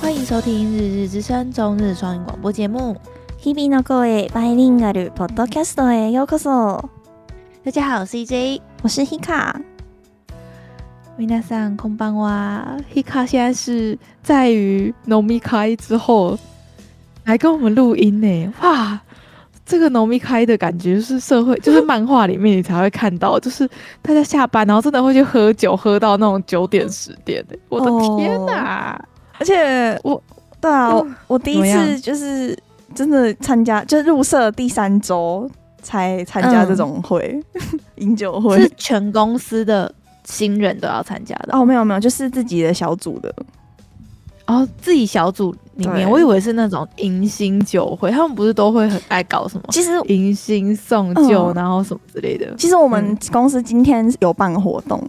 欢迎收听《日日之声》中日双语广播节目。日々の声バイリンガルポッドキャストへようこそ。大家好，我是 E EJ。我是 Hika，皆さんこんばんは。Hika 现在是在于农密开之后来跟我们录音呢。哇，这个农密开的感觉是社会， 就是漫画里面你才会看到，就是大家下班然后真的会去喝酒，喝到那种九点十点的。我啊的天哪！而且我对啊，我我第一怎么次样就是真的参加，就入社第三周才参加这种会，饮酒嗯是会。全公司的新人都要参加的哦，没有没有，就是自己的小组的，哦，自己小组里面，对我以为是那种迎新酒会，他们不是都会很爱搞什么其实迎新送酒，嗯然后什么之类的。其实我们公司今天有办活动，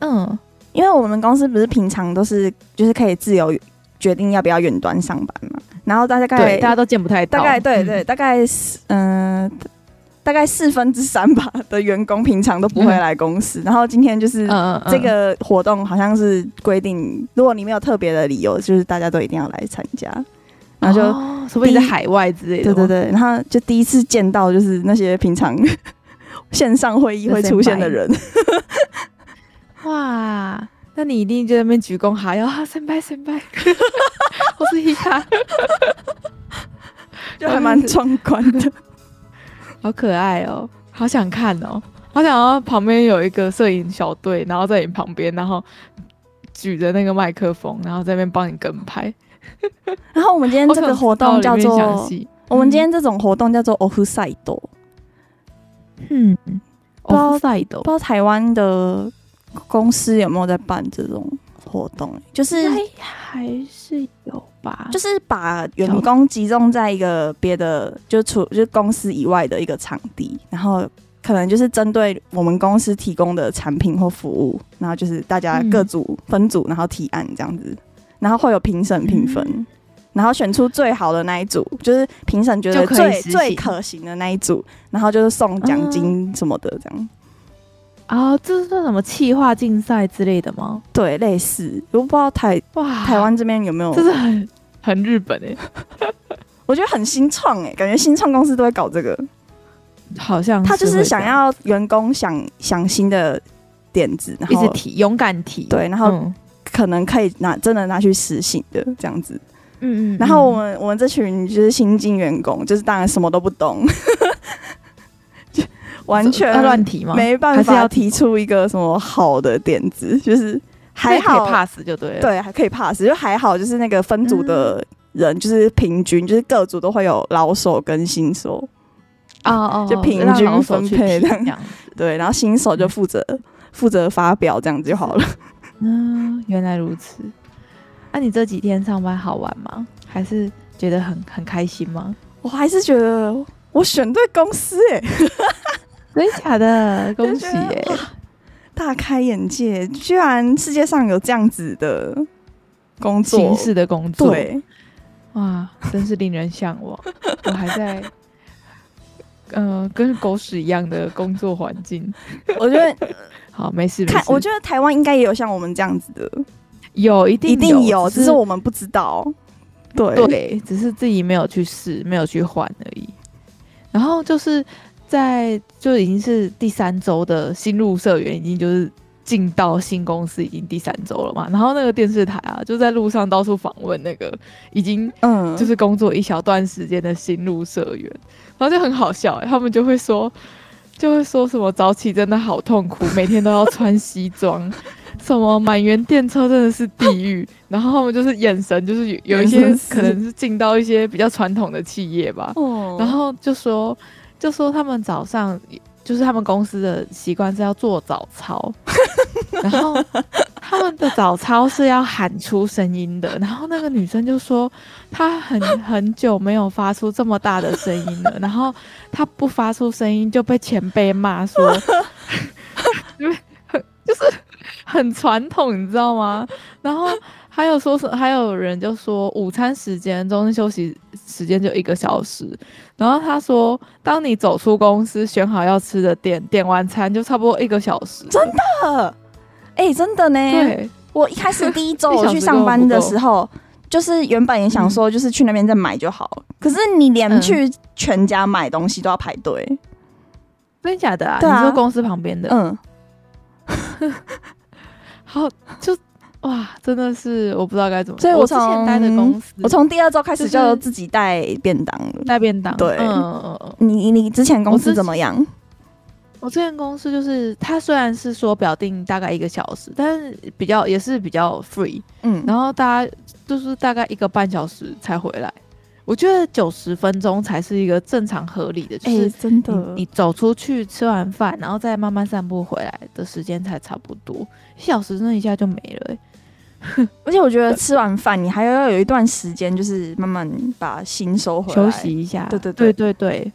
嗯，因为我们公司不是平常都是就是可以自由决定要不要远端上班嘛，然后大概对，大家都见不太到。大概对嗯对，，大概是嗯、大概四分之三吧的员工平常都不会来公司，然后今天就是嗯嗯，这个活动好像是规定，如果你没有特别的理由，就是大家都一定要来参加，哦然后就。就除非你在海外之类对的。对，对，然后就第一次见到就是那些平常线上会议会出现的哦人，哇，那你一定就在那边鞠躬哈腰啊，三拜三拜。 我是伊卡，就还蛮壮观 的。好可爱哦，好想看哦，好想要旁边有一个摄影小队，然后在你旁边，然后举着那个麦克风，然后在那边帮你跟拍。然后我们今天这个活动叫我想知道里面详做，细我们今天这种活动叫做 o h u s a i d o 嗯，不知道哦，赛的不知道台湾的公司有没有在办这种活动，就是应该还是有吧，就是是把员工集中在一个别的，就除就是公司以外的一个场地，然后可能就是针对我们公司提供的产品或服务，然后就是大家嗯各组分组，然后提案这样子，然后会有评审评分。然后选出最好的那一组，就是评审觉得就可以最实行最可行的那一组，然后就是送奖金什么的，这样、啊，这是算什么气化竞赛之类的吗？对类似。我不知道台哇，台湾这边有没有，啊这是很很日本欸诶、我觉得很新创哎、感觉新创公司都会搞这个。好像他就嗯会是这想样要员工想想新的点子，然嗯一直后提，勇敢提，对，然后嗯，可能可以拿真的拿去实行的这样子。嗯嗯嗯，然后我们我们这群就是新进员工，就是当然什么都不懂， 完全要呃乱提吗？没办还是法要提出一个什么好的点子，就是还那也好可以 pass 就对了，，对，还嗯可以 pass，就还好，就是那个分组的人就是平均，就是各组都会有老手跟新手。哦哦，就平让均老手分去配提这样这样，对，然后新手就负责负责发表这样就好了。嗯，原来如此。那、你这几天上班好玩吗？还是觉得很很开心吗？ 我还是觉得我选对公司哎、真的假的？恭喜就觉得耶、大开眼界，居然世界上有这样子的工形作。式的工作，，对，哇，真是令人向 往。我还在，呃，跟狗屎一样的工作环境。我觉得好，没事没事看，， 我觉得台湾应该也有像我们这样子的，有一定一定有，只是我们不知道。对，对，只是自己没有去试，没有去换而已。然后就是在就已经是第三周的新入社员，已经就是进到新公司已经第三周了嘛。然后那个电视台啊，就在路上到处访问那个已经嗯，就是工作一小段时间的新入社员，然后就很好笑、欸，他们就会说，就会说什么早起真的好痛苦，每天都要穿西 装，什么满员电车真的是地狱，然后他们就是眼神就是有有一些眼神是可能是进到一些比较传统的企业吧，哦然后就说就说他们早上就是他们公司的习惯是要做早操，然后他们的早操是要喊出声音的。然后那个女生就说她很很久没有发出这么大的声音了，然后她不发出声音就被前辈骂说， 因为很就是很传统，你知道吗？然后还有说是还有人就说午餐时间、中间休息时间就一个小时，然后他说，当你走出公司，选好要吃的店，点完餐就差不多一个小时。真的？哎、真的呢，对， 我一开始第一周一小我时去上班的时候，就是原本也想说，就是去那边再买就好，可是你连去全家买东西都要排队，真的假的啊？对啊你说公司旁边的，嗯，好就哇，真的是我不知道该怎么。所以我我之前从待的公司，我从第二周开始就是就自己带便当了。带便当，对嗯嗯嗯。你你之前公我之司怎么样？我之前公司就是，它虽然是说表定大概一个小时，但是比较也是比较 free，嗯，然后大家就是大概一个半小时才回来。我觉得九十分钟才是一个正常合理的，就哎、是真的你，你走出去吃完饭，然后再慢慢散步回来的时间才差不多，一小时那一下就没了、欸。而且我觉得吃完饭你还要有一段时间，就是慢慢把心收回休来。息一下。对对对对对对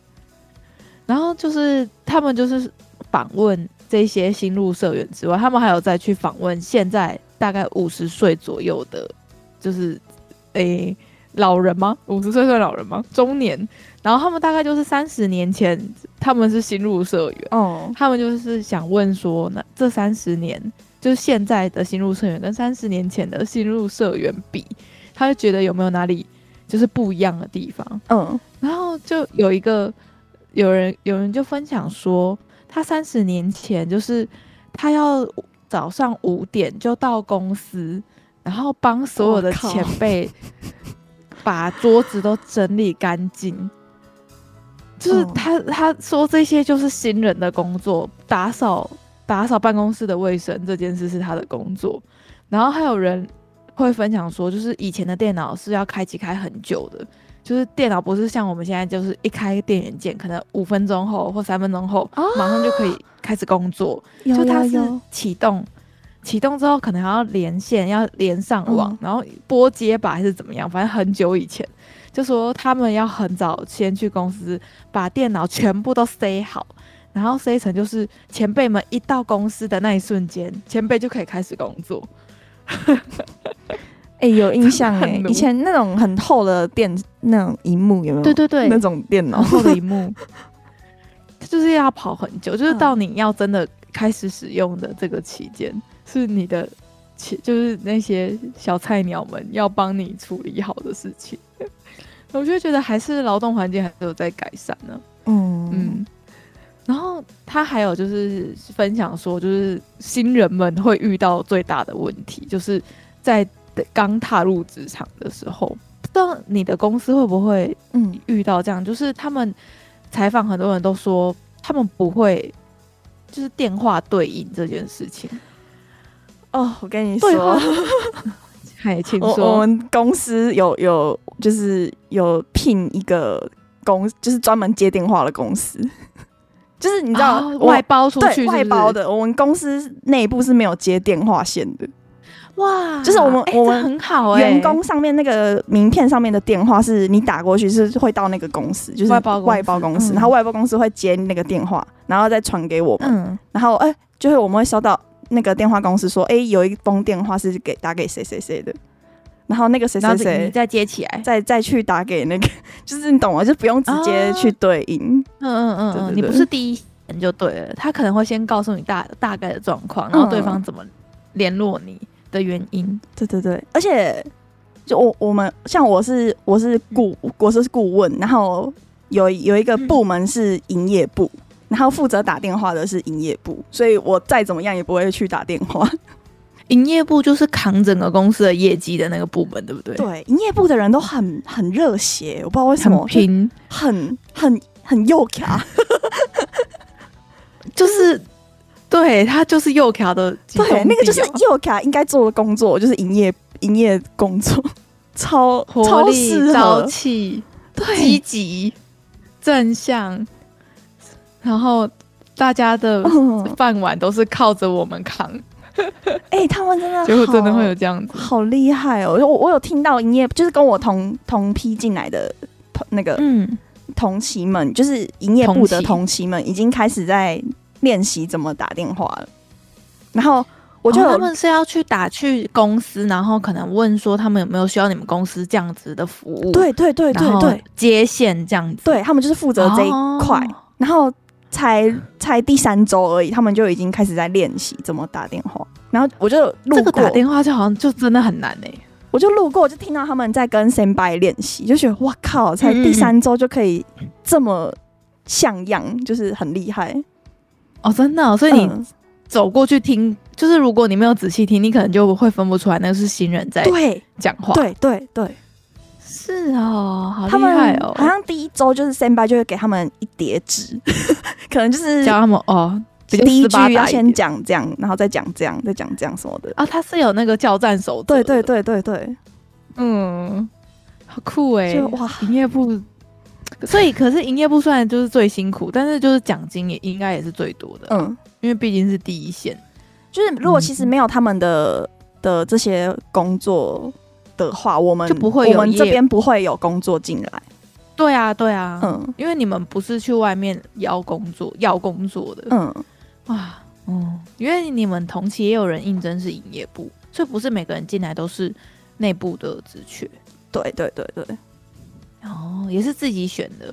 然后就是他们就是访问这些新入社员之外，他们还有再去访问现在大概五十岁左右的，就是诶、老人吗？五十岁算老人吗？中年。然后他们大概就是三十年前他们是新入社员，哦，他们就是想问说，那这三十年，就是现在的新入社员跟三十年前的新入社员比，他就觉得有没有哪里就是不一样的地方？嗯，然后就有一个有人有人就分享说，他三十年前就是他要早上五点就到公司，然后帮所有的我靠前辈把桌子都整理干净。就是嗯他他说这些就是新人的工作，打扫打扫办公室的卫生这件事是他的工作。然后还有人会分享说，就是以前的电脑是要开机开很久的，就是电脑不是像我们现在就是一开电源键，可能五分钟后或三分钟后、啊马上就可以开始工作，有就它有是有，启动。启动之后可能还要连线，要连上网，嗯然后拨接吧还是怎么样？反正很久以前就说他们要很早先去公司把电脑全部都塞好，然后塞成就是前辈们一到公司的那一瞬间，前辈就可以开始工作。哎、有印 象很哎、奴以前那种很厚的电那种荧幕有没有？对对对那种电脑然。后的一幕，它 就是要跑很久，就是嗯到你要真的开始使用的这个期间，是你的其就是那些小菜鸟们要帮你处理好的事情。 我就觉得还是劳动环境还是有在改善呢、嗯嗯，嗯。然后他还有就是分享说，就是新人们会遇到最大的问题，就是在刚踏入职场的时候，不知道你的公司会不会嗯，遇到这样，就是他们采访很多人都说他们不会，就是电话对应这件事情。哦，我跟你对话说，，嗨，请我我说。们公司有有就是有聘一个公，就是专门接电话的公司， 就是你你知道、我啊外包出对去是不是外包的，我们公司内部是没有接电话线的，哇，就是我们哎我这们很好哎，员工上面那个名片上面的电话是你打过去是会到那个公司，就是外包公司外包公司，嗯然后外包公司会接那个电话，然后再传给我们，嗯然后哎、就是我们会收到那个电话公司说，哎、有一封电话是给打给谁谁谁的，然后那个谁然谁后你谁再接起来，再再去打给那个， 就是你懂吗？就不用直啊接去对应，嗯嗯嗯对对嗯，对你不是第一人就对了，他可能会先告诉你大大概的状况，然后嗯对方怎么联络你的原因。对对对，而且就我我们像我是我是顾我是顾问，然后有有一个部门是营业部，然后负责打电话的是营业部，所以我再怎么样也不会去打电话。营业部就是扛整个公司的业绩的那个部门，对不对？，对，营业部的人都很很热血，我不知道为什么很，拼。就很很很右卡，就是对他就是右条的集中地对，啊、那个就是右卡应该做的工作，就是营业营业工作，超活超力、适朝合，气、积对，极、正向，然后大家的嗯，饭碗都是靠着我们扛，哎、他们真的结果真的好会有这样子。好厉害哦！我我有听到营业，就是跟我同同批进来的同那个嗯，同期们，就是营业部的同期同期们，已经开始在练习怎么打电话了。然后我我就觉得有、哦他们是要去打去公司，然后可能问说他们有没有需要你们公司这样子的服务，对对对然对后对接线这样子，对，他们就是负责这一块。哦然后才才第三周而已，他们就已经开始在练习怎么打电话。然后我就路过这个打电话就好像就真的很难哎、我就路过，我就听到他们在跟 s a m b y 练习，就觉得哇靠，才第三周就可以这么像样，就是很厉害。哦，真的哦、所以你嗯走过去听，就是如果你没有仔细听，你可能就会分不出来那是新人在对讲话。，对对对，是哦，好他厉们害哦，好像第一周就是 s a m b y 就会给他们一叠纸， 可能就是教他们哦，比较第一斯巴句要达一先点讲这样，然后再讲这样，再讲这样什么的。啊，他是有那个教战手册对的，对对对对，嗯，好酷哎、就哇营业部，所以可是营业部虽然就是最辛苦，但是就是奖金也应该也是最多的，嗯，因为毕竟是第一线。就是如果其实嗯没有他们的的这些工作的话，我们就不会有我们这业边不会有工作进来。对啊，对啊，嗯因为你们不是去外面要工作要工作的，嗯，哦哇，嗯，因为你们同期也有人应征是营业部，所以不是每个人进来都是内部的职缺，对对对对，哦，也是自己选的，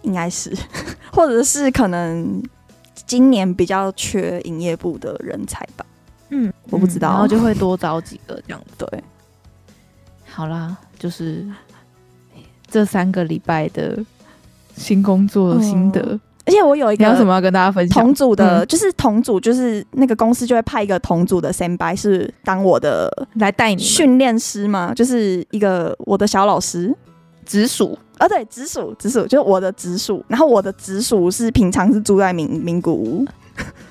应该是， 或者是可能今年比较缺营业部的人才吧。嗯，我不知道然后就会多找几个这样子。对，好啦，就是这三个礼拜的新工作嗯心得，而且我有一你个有什么要跟大家分享同？组的，嗯就是同组，就是那个公司就会派一个同组的 standby 是当我的来带你们训练师嘛，就是一个我的小老师。直属啊，对，直属直属就是我的直属，然后我的直属是平常是住在名名古屋，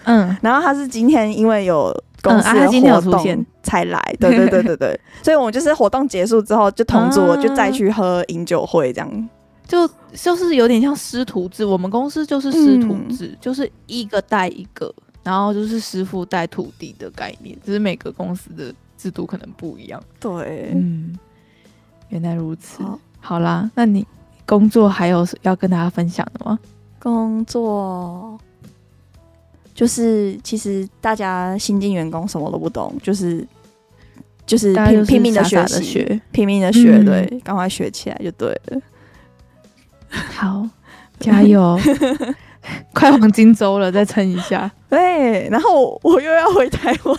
嗯，然后他是今天因为有公嗯啊司他的今天有活出现动才来，对对对对对， 所以我们就是活动结束之后就同组，啊我就再去喝饮酒会这嗯样，就就是有点像师徒制，我们公司就是师徒制，就是一个带一个，然后就是师傅带徒弟的概念，只是每个公司的制度可能不一样。对，嗯，原来如此。好好啦，那你工作还有要跟大家分享的吗？工作。就是其实大家新进员工什么都不懂，就是就是大家就拼是拼命的傻傻学的习，学，拼命的学，嗯对，赶快学起来就对了。好，加 油！快黄金周了，再撑一下。对，然后我又要回台湾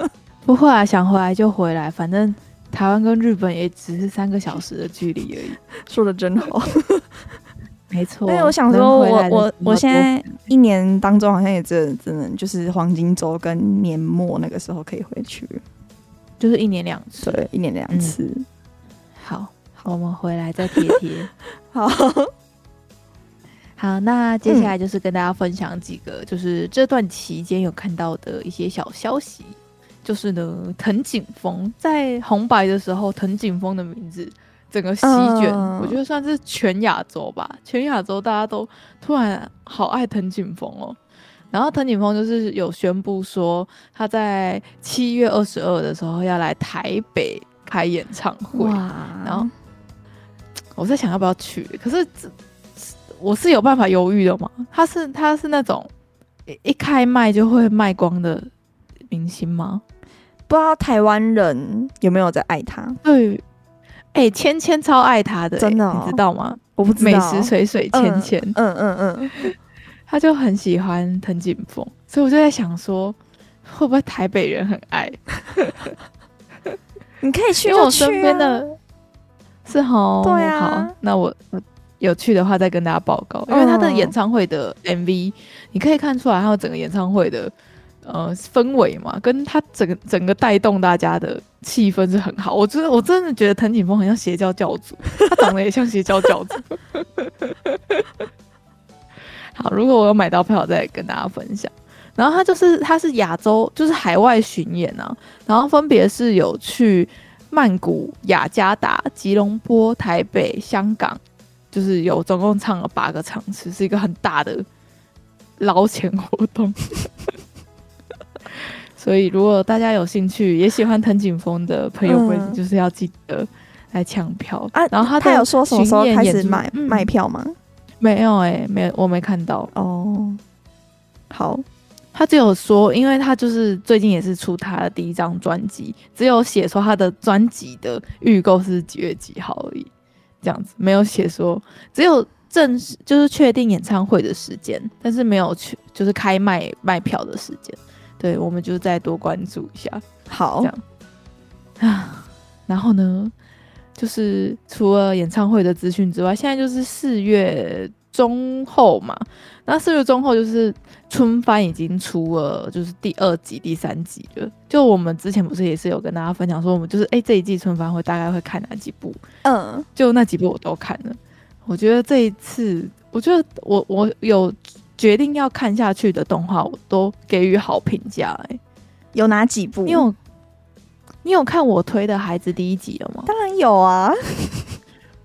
了。不会啊，想回来就回来，反正台湾跟日本也只是三个小时的距离而已。说的真好，没错。因为我想哦能说回我来，的我时我候现在一年当中好像也只只能就是黄金周跟年末那个时候可以回去，就是一年两次。对，一年嗯两次。好，我们回来再贴贴。好，好，那接下来就是跟大家分享几个，就是这段期间有看到的一些小消息。就是呢，藤井风在红白的时候，藤井风的名字整个席卷，嗯我觉得算是全亚洲吧，全亚洲大家都突然好爱藤井风哦。然后藤井风就是有宣布说，他在七月二十二的时候要来台北开演唱会。嗯然后我在想要不要去，可是这我是有办法犹豫的嘛？他是他是那种一一开卖就会卖光的明星吗？不知道台湾人有没有在爱他，对，哎、芊芊超爱他的欸、真的哦你知道吗？我不知道。哦美食水水芊芊，嗯嗯嗯，他就很喜欢藤井风，所以我就在想说，会不会台北人很爱？你可以去因为就我去、啊。身边的是吼，对啊好，那我我有去的话再跟大家报告，因为他的嗯演唱会的 MV，、你可以看出来他整个演唱会的呃氛围嘛，跟他整个整个带动大家的气氛是很好。我真的我真的觉得藤井风很像邪教教主，他长得也像邪教教主。 好，如果我有买到票，再跟大家分享。然后他就是他是亚洲，就是海外巡演啊，然后分别是有去曼谷、雅加达、吉隆坡、台北、香港，就是有总共唱了八个场次，是一个很大的捞钱活动。 所以，如果大家有兴趣，也喜欢藤井风的朋友们，嗯就是要记得来抢票啊然后他他的有说什么时候巡演开演始出买、嗯卖票吗？没有哎、没有，我没看到。哦，好，他只有说，因为他就是最近也是出他的第一张专辑，只有写说他的专辑的预购是几月几号而已，这样子没有写说，只有正式就是确定演唱会的时间，但是没有去就是开卖卖票的时间。对，我们就再多关注一下。好这样，啊，然后呢，就是除了演唱会的资讯之外，现在就是四月中后嘛，那四月中后就是春番已经出了，就是第二集、第三集了。就我们之前不是也是有跟大家分享说，我们就是哎、这一季春番会大概会看哪几部，嗯，就那几部我都看了。我觉得这一次，我觉得我我有决定要看下去的动画，我都给予好评价、欸。有哪几部？你有你有看我推的《孩子》第一集了吗？当然有啊，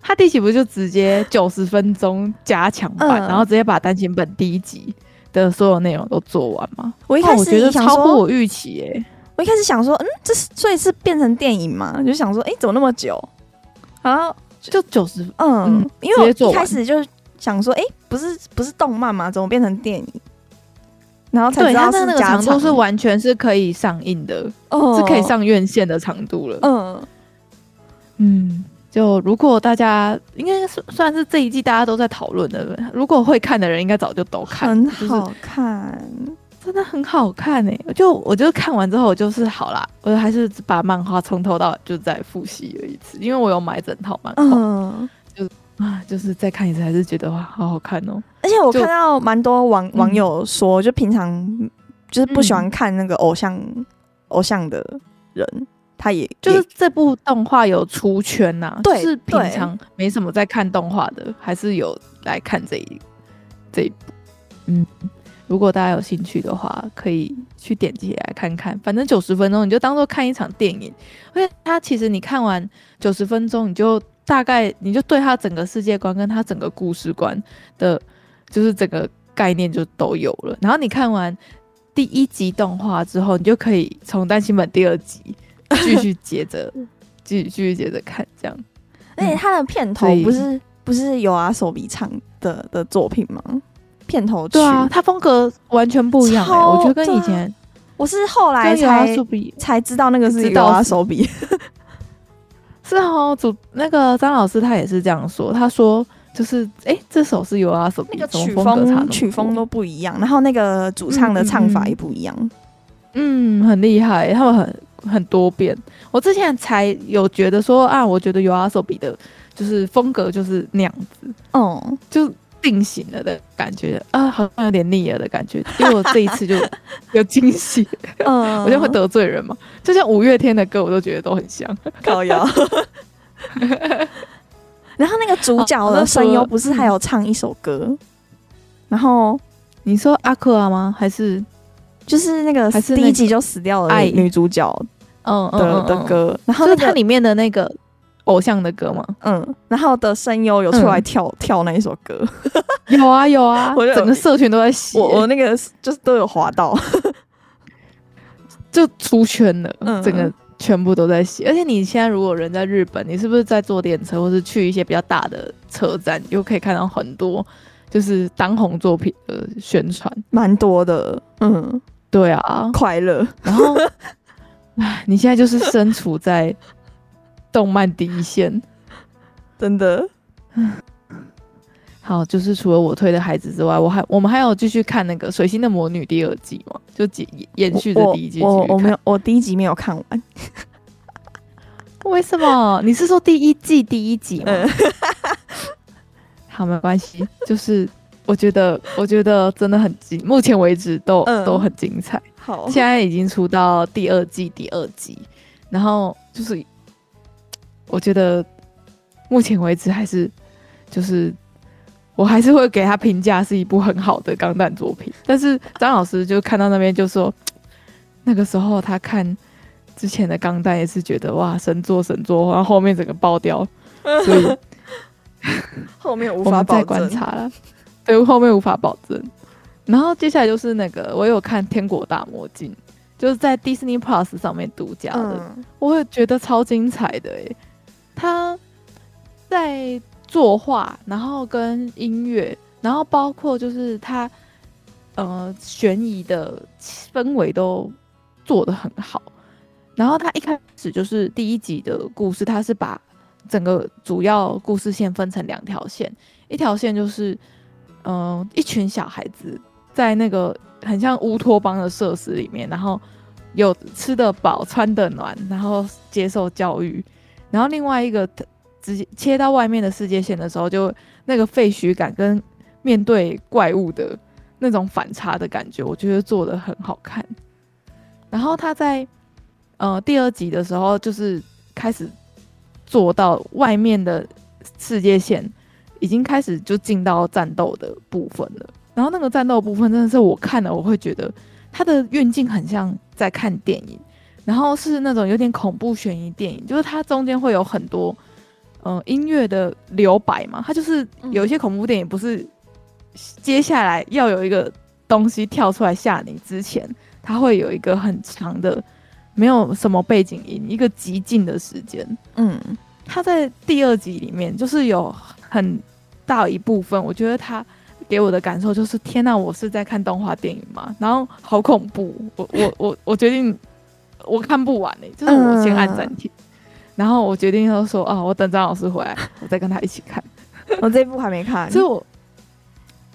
他第一集不就直接九十分钟加强版，嗯然后直接把单行本第一集的所有内容都做完吗？我一哇开我始觉得也想超说，乎我我预期耶、一开始想说，嗯，这是所以是变成电影嘛？就想说，哎、怎么那么久？然后就九十嗯嗯，因为直我接做一完开始就想说，哎、不是不是动漫嘛，怎么变成电影？然后才对知它道的那个加长长度是完全是可以上映的，哦是可以，上院线的长度了。嗯嗯，就如果大家应该是算是这一季大家都在讨论的，如果会看的人应该早就都看，很就是好看，真的很好看哎、就我就看完之后，我就是好啦，我还是把漫画从头到尾就再复习了一次，因为我有买整套漫画、嗯。啊，就是再看一次还是觉得哇，好好看哦、而且我就看到蛮多网嗯网友说，就平常就是不喜欢看那个偶像、偶像的人，他也就是也这部动画有出圈呐、就对是平对常没什么在看动画的，还是有来看这一这一部。嗯，如果大家有兴趣的话，可以去点击来看看。反正九十分钟你就当做看一场电影，而且它其实你看完九十分钟，你就大概你就对它整个世界观跟它整个故事观的，就是整个概念就都有了。然后你看完第一集动画之后，你就可以从单行本第二集继续 接着，嗯继续继续接着看，这样。而且他的片头嗯所以不是不是有啊手笔唱的的作品吗？片头曲，对啊，它风格完全不一样、欸，超我觉得跟以对啊前我是后来跟有阿才树比才知道那个是知有道啊是手笔，是哦，主那个张老师他也是这样说，他说就是哎、欸这首是有阿手比，那个怎么曲风格差 那么风多曲风都不一样，然后那个主唱的嗯嗯唱法嗯也不一样。嗯，很厉害，他们很很多变。我之前才有觉得说啊，我觉得有阿手比的，就是风格就是那样子，哦、就定型了的感觉啊，好像有点腻了的感觉。结果这一次就有 惊喜，嗯，我就会得 罪人嘛。就像五月天的歌，我都觉得都很像。高腰。 然后那个主角哦的那除了声优不是还有唱一首歌，然后你说阿克啊吗？还是就是那个还是那第个一集就死掉了爱女主角嗯嗯的嗯的嗯，歌，然后就那是它个里面的那个偶像的歌吗？嗯，然后的声优有出来嗯跳跳那一首歌， 有啊有 啊，我就整个社群都在洗、我我那个就是都有滑到， 就出圈了，嗯整个全部都在洗。而且你现在如果人在日本，你是不是在坐电车或是去一些比较大的车站，你就可以看到很多就是当红作品的宣传。蛮多的，嗯，对 啊，快乐，然后，唉，你现在就是身处在动漫第一线。真的，好，就是除了我推的孩子之外，我还我们还有继续看那个《水星的魔女》第二季嘛，就延延续着我第一季继我续我我没看。有，我第一集没有看完，为什么？你是说第一季第一集吗？嗯，好，没关系，就是我觉得，我觉得真的很精，目前为止都、嗯都很精彩。好，现在已经出到第二季第二集，然后就是我觉得目前为止还是就是我还是会给他评价是一部很好的钢弹作品，但是张老师就看到那边就说，那个时候他看之前的钢弹也是觉得哇神作神作，然后后面整个爆掉，所以。后面无我法们再保观证，察了， 对，后面无法保证。然后接下来就是那个，我有看《天国大魔镜》，就是在 Disney Plus 上面独家的，嗯我也觉得超精彩的诶。他在作画，然后跟音乐，然后包括就是他呃悬疑的氛围都做得很好。然后他一开始就是第一集的故事，他是把整个主要故事线分成两条线，一条线就是嗯、呃一群小孩子在那个很像乌托邦的设施里面，然后有吃得饱、穿得暖，然后接受教育，然后另外一个直接切到外面的世界线的时候，就那个废墟感跟面对怪物的那种反差的感觉，我觉得做的很好看。然后他在呃第二集的时候，就是开始做到外面的世界线已经开始就进到战斗的部分了。然后那个战斗部分真的是我看了，我会觉得它的运镜很像在看电影，然后是那种有点恐怖悬疑电影，就是它中间会有很多嗯、呃音乐的留白嘛，它就是有一些恐怖电影不是接下来要有一个东西跳出来吓你之前，它会有一个很长的没有什么背景音，一个极静的时间。嗯他在第二集里面就是有很大一部分，我觉得他给我的感受就是天呐，我是在看动画电影嘛，然后好恐怖，我 我我我决定我看不完呢、欸就是我先按暂停，然后我决定就说啊，我等张老师回来，我再跟他一起 看。我这一部还没看，所以我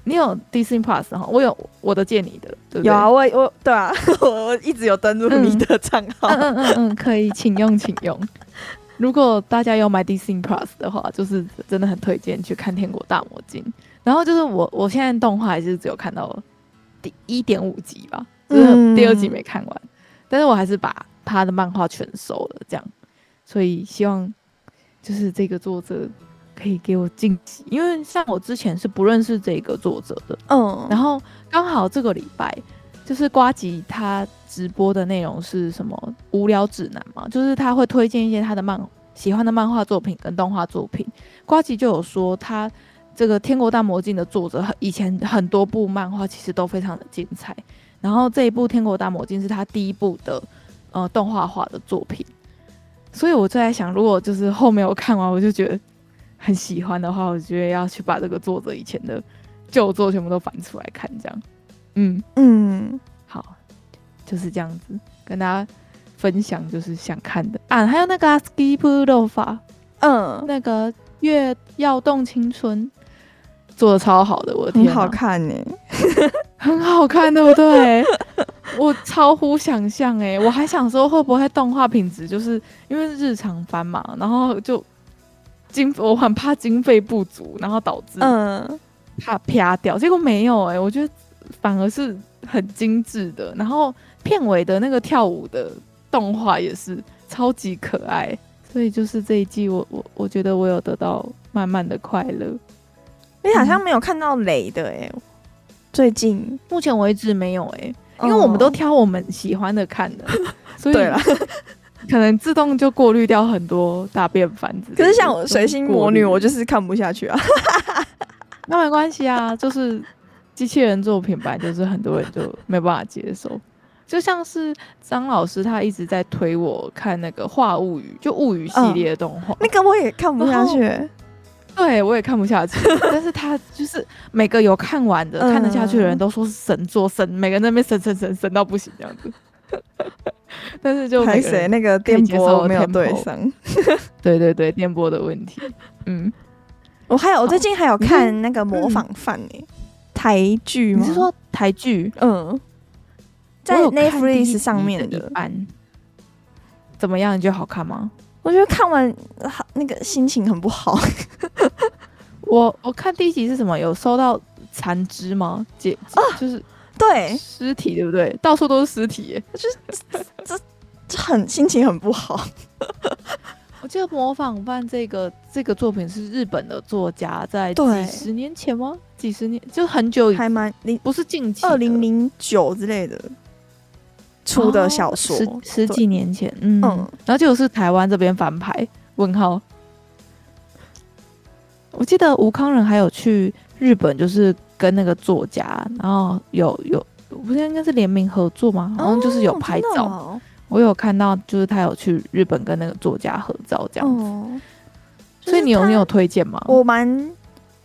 你有 Disney Plus 哈，我有我的借你的，对不对？有啊，我我对啊， 我我一直有登录嗯你的账号，嗯嗯嗯嗯，可以，请用，请用。如果大家有买 Disney Plus 的话，就是真的很推荐去看《天国大魔镜》。然后就是我，我现在动画还是只有看到第一点五集吧，就是第二集没看完，但是我还是把他的漫画全收了，这样。所以希望就是这个作者可以给我惊喜，因为像我之前是不认识这个作者的，嗯，然后刚好这个礼拜就是瓜吉他直播的内容是什么无聊指南嘛，就是他会推荐一些他的漫喜欢的漫画作品跟动画作品。瓜吉就有说他这个《天国大魔镜》的作者很以前很多部漫画其实都非常的精彩，然后这一部《天国大魔镜》是他第一部的呃动画化的作品，所以我就在想，如果就是后面我看完我就觉得很喜欢的话，我觉得 要去把这个作者以前的旧作全部都翻出来看，这样，嗯，嗯，好，就是这样子跟大家分享，就是想看的啊，还有那个、啊、Skip 斗法，嗯，那个月耀动青春做的超好的，我的天、很啊，好看呢、很好看，对不对？ 我超乎想象哎、我还想说会不会动画品质，就是因为日常番嘛，然后就经我很怕经费不足，然后导致嗯怕啪掉，结果没有哎、我觉得反而是很精致的，然后片尾的那个跳舞的动画也是超级可爱，所以就是这一季我我我觉得我有得到满满的快乐。你好嗯像没有看到雷的哎、最近，目前为止没有哎、因为我们都挑我们喜欢的看 的，所以哦对了，可能自动就过滤掉很多大便番子。可是像我水星魔女，我就就是看不下去啊。那没关系啊，就是机器人作品吧，就是很多人就没办法接受。就像是张老师他一直在推我看那个《画物语》，就物语系列的动画， 那个我也看不下去、对我也看不下去。但是他就是每个有看完的、嗯看得下去的人都说是神作神，每个人在那边神神神神到不行这样子。但是就还每个人谁那个电波没有对上。对对对，电波的问题。嗯，我还有，我最近还有看那个《是模仿犯、欸》台剧吗？你是说台剧嗯，在我有看第一 Netflix 集上面的一的，半怎么样？你觉得好看吗？我觉得看完呃那个心情很不好。 我我看第一集是什么？有收到残肢吗？解啊，就是对，尸体，对不对？到处都是尸体耶。就很心情很不好。我记得《模仿犯》这个这个作品是日本的作家在对几十年前吗？几十年就很久以，还蛮零不是近期的，二零零九之类的出的小说，哦十十对几年前，嗯，嗯然后就是台湾这边翻拍，问号。我记得吴康仁还有去日本，就是跟那个作家，然后有有，我不是应该是联名合作吗？好像就是有拍真的照，哦我有看到，就是他有去日本跟那个作家合照这样子。哦所以你有就是你它有推荐吗？我蛮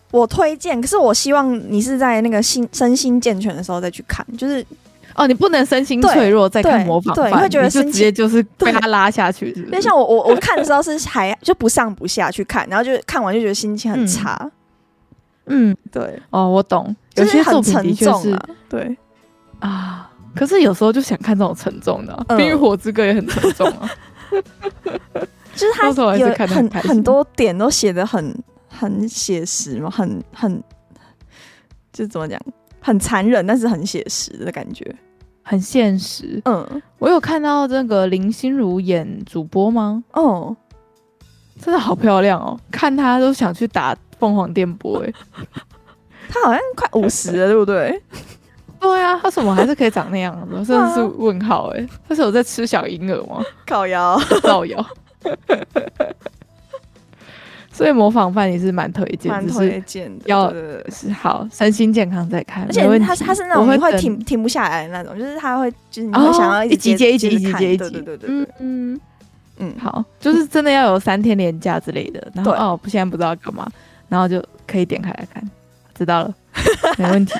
我推荐，可是我希望你是在那个心身心健全的时候再去看，就是哦，你不能身心对脆弱再看对模仿对犯会觉得你就身直心接就是被对他拉下去是因不是为像我 我我看的时候是还就不上不下去看，然后就看完就觉得心情很差，嗯，对，哦，我懂，有就是些作很品的沉确重是啊，对，啊，可是有时候就想看这种沉重的、啊，嗯 冰与火之歌》也很沉重啊。就是他到时候还是有看得很很开心很多点都写的很很写实嘛，很很就是怎么讲，很残忍，但是很写实的感觉。很现实。嗯，我有看到那个林心如演主播吗？哦，真的好漂亮哦，看她都想去打凤凰电波哎、他好像快五十了，对不对？对啊，她怎么还是可以长那样 子？真的是问号哎、她是有在吃小婴儿吗？烤腰，造谣。所以模仿犯也是蛮推 荐，蛮只是推荐的。要对对对是好身心健康再看，而没且问他题他是那种我你会会等停停不下来的那种，就是他会就是你哦会想要一集直接接一集，一集看接一集，对对对对嗯对，嗯，嗯，好，就是真的要有三天连假之类的，然后对哦，现在不知道干嘛，然后就可以点开来看，知道了，没问题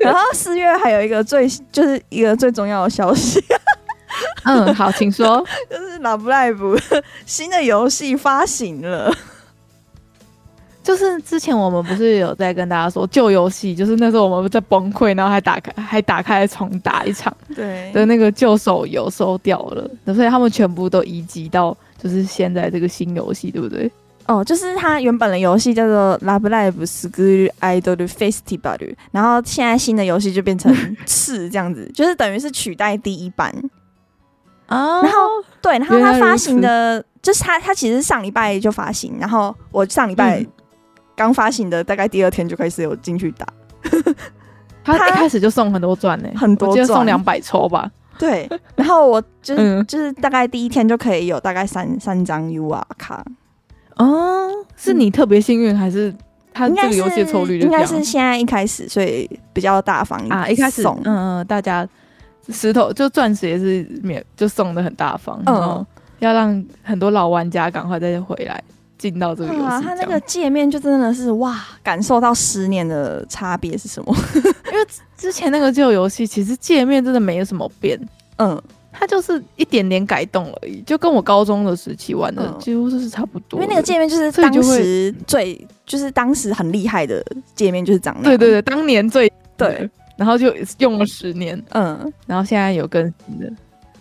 然后四月还有一个最就是一个最重要的消息， 嗯，好，请说。就是《Love Live》新的游戏发行了。就是之前我们不是有在跟大家说旧游戏，就是那时候我们在崩溃，然后还打开还打开来重打一场对的那个旧手游收掉了，所以他们全部都移植到就是现在这个新游戏，对不对？哦，就是它原本的游戏叫做《Love Live s c h o o l Idol Festival》，然后现在新的游戏就变成 次这样子，就是等于是取代第一版。啊然后对，然后原来它如发行此的，就是它它其实上礼拜就发行，然后我上礼拜嗯刚发行的，大概第二天就开始有进去打。他他一开始就送很多钻呢、很多我记得送钻两百抽吧。对，然后我就是、嗯就是大概第一天就可以有大概三三张 UR 卡，哦，是你特别幸运，还是他应这该个是游戏的抽率就应这该样是现在一开始，所以比较大方啊？一 开始，送嗯嗯，大家石头就钻石也是免就送的很大方，嗯嗯，要让很多老玩家赶快再回来进到这个游戏这啊，样。它那个界面就真的是哇，感受到十年的差别是什么？ 之前那个旧游戏其实界面真的没有什么变，嗯，它就是一点点改动而已，就跟我高中的时期玩的嗯几乎就是差不因多的。为那个界面就是所以就当会时最就是当时很厉害的界面就是长那对样，对对，当年最对，，然后 就用了十年，嗯，然后现在有更新的。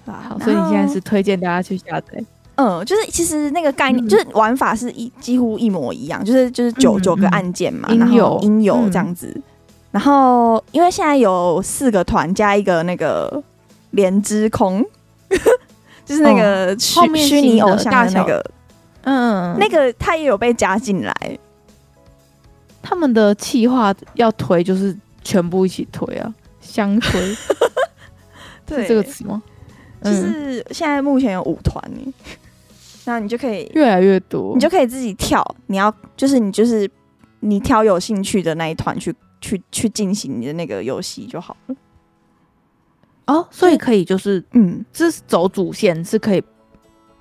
好好，所以你现在啊是推荐大家去下载。嗯，就是其实那个概念、嗯就是玩法是一几乎一模一样，就是就是九嗯九、个嗯按键嘛，应然后有应有嗯这样子。然后因为现在有四个团加一个那个莲之空， 就是那个虚哦后面虚新拟的偶像的大那小个，嗯，那个他也有被加进来。他们的企划要推就是全部一起推啊，相 推是对，这个词吗？就嗯、是现在目前有五团呢，那你就可以越来越多，你就可以自己跳，你要就是你就是你挑有兴趣的那一团去去去进行你的那个游戏就好了。哦，所以可以就是嗯，这是走主线是可以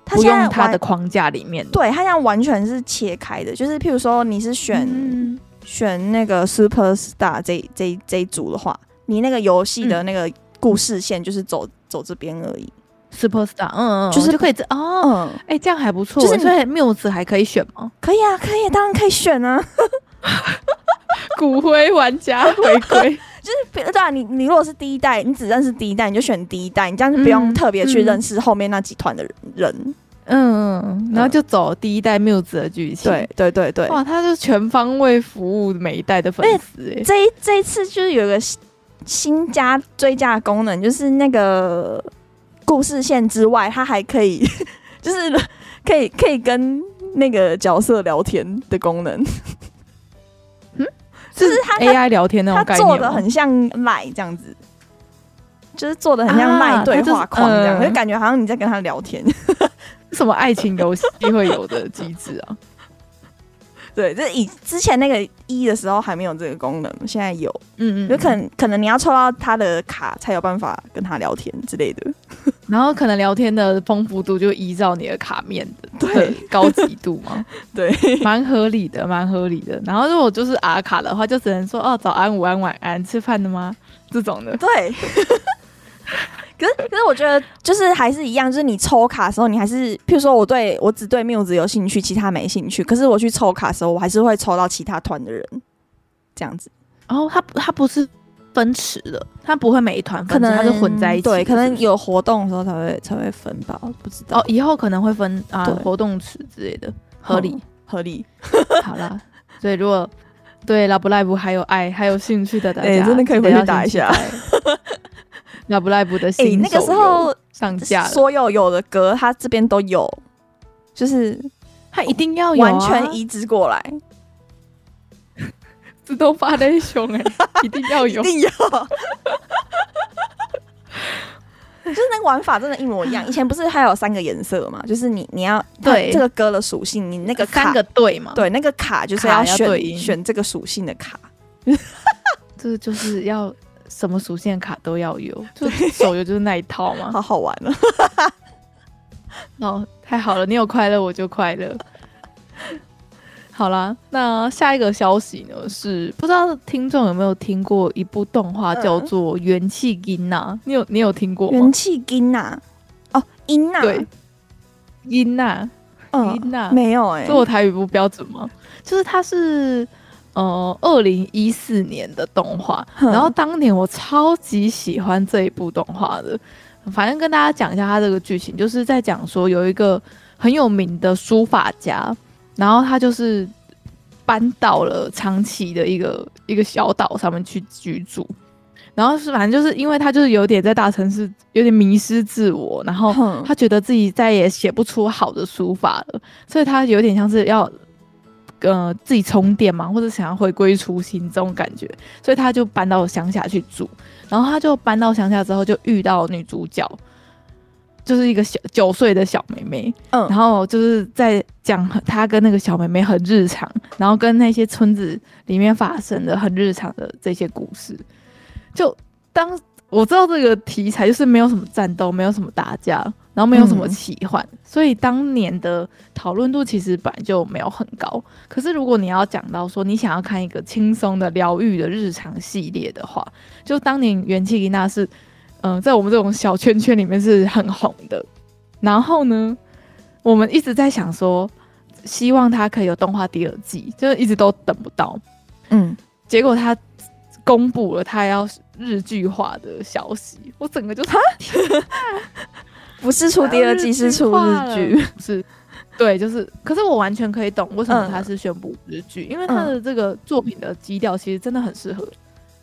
他不现在用它完的框架里面的，对他现在完全是切开的，就是譬如说你是选、嗯选那个 Super Star 这这这一组的话，你那个游戏的那个故事线就是走、走这边而已。 Superstar，嗯嗯，就是嗯就可以这嗯，哦，哎、这样还不错，就是你所以 Muse 还可以选 吗？可以啊，可以，当然可以选啊。 骨灰玩家回归，就是对啊，你你如果是第一代，你只认识第一代，你就选第一代，你这样就不用嗯特别去嗯认识后面那几团的人。 嗯，嗯然后就走第一代 Muse 的剧情，对，对对对，哇，他是全方位服务每一代的粉丝、哎，这一这一次就是有一个新新加追加的功能，就是那个故事线之外，它还可以 就是可以可以跟那个角色聊天的功能，就是他他 AI 聊天那种它概念吗，做的很像赖这样子。就是做的很像啊赖对它就是话框这样，嗯就感觉好像你在跟他聊天。 什么爱情游戏会有的机制啊？对，就是以之前那个一的时候还没有这个功能，现在有， 嗯有可，能可能你要抽到他的卡才有办法跟他聊天之类的。 然后可能聊天的丰富度就依照你的卡面的对的高级度 嘛，对，蛮合理的，蛮合理的。然后如果就是 R 卡的话，就只能说哦早安、午安、晚安，吃饭了吗？这种的，对。 可是，可是我觉得就是还是一样，就是你抽卡的时候，你还是，譬如说我对我只对 Muse 有兴趣，其他没兴趣。可是我去抽卡的时候，我还是会抽到其他团的人，这样子。哦然后他他不是分池的，它不会每一团分可池，能它是混在一起的。对，可是能不是有活动的时候才会才会分吧，我不知道哦，以后可能会分啊、对活动池之类的，合理。哦合理。 好啦，所以如果对拉布赖布还有爱还有兴趣的大家，哎真的可以回去打一下得要先期 待拉布赖布的哎、新那个手时游候上架了，所有有的歌，它这边都有，就是它一定要有、啊、完全移植过来，自动发的熊 哎，一定要一有。定有。就是那个玩法真的，一模一样。以前不是还有三个颜色嘛？就是你你要它对这个歌的属性，你那个卡三个队嘛，，对那个卡就是卡要要选对应选这个属性的卡。这就是要什么属性的卡都要有，就手游就是那一套嘛。好好玩哦了。哦，太好了，你有快乐我就快乐。 好啦，那下一个消息呢是，不知道听众有没有听过一部动画嗯叫做《元气音娜》，你有你有听过吗元？气金呐，哦，音呐，对，音娜，音嗯，娜，没有哎、这我台语不标准吗？就是它是呃二零一四年的动画，哼然后当年我超级喜欢这一部动画的。反正跟大家讲一下它这个剧情，就是在讲说有一个很有名的书法家，然后他就是搬到了长崎的一个一个小岛上面去居住。然后是反正就是因为他就是有点在大城市有点迷失自我，然后哼他觉得自己再也写不出好的书法了，所以他有点像是要呃自己充电嘛，或者想要回归初心这种感觉，所以他就搬到乡下去住。然后他就搬到乡下之后，就遇到女主角，就是一个小九岁的小妹妹，嗯然后就是在讲她跟那个小妹妹很日常，然后跟那些村子里面发生的很日常的这些故事。就当我知道这个题材就是没有什么战斗，没有什么打架，然后没有什么嗯奇幻，所以当年的讨论度其实本来就没有很高。可是如果你要讲到说你想要看一个轻松的疗愈的日常系列的话，就当年元气吉娜是，嗯、在我们这种小圈圈里面是很红的。然后呢，我们一直在想说，希望它可以有动画第二季，就是一直都等不到。嗯，结果他公布了他要日剧化的消息，我整个就是不是出哎第二季，是出日剧。，是，对，就是，可是我完全可以懂为什么嗯他是宣布日剧，因为他的这个作品的基调其实真的很适合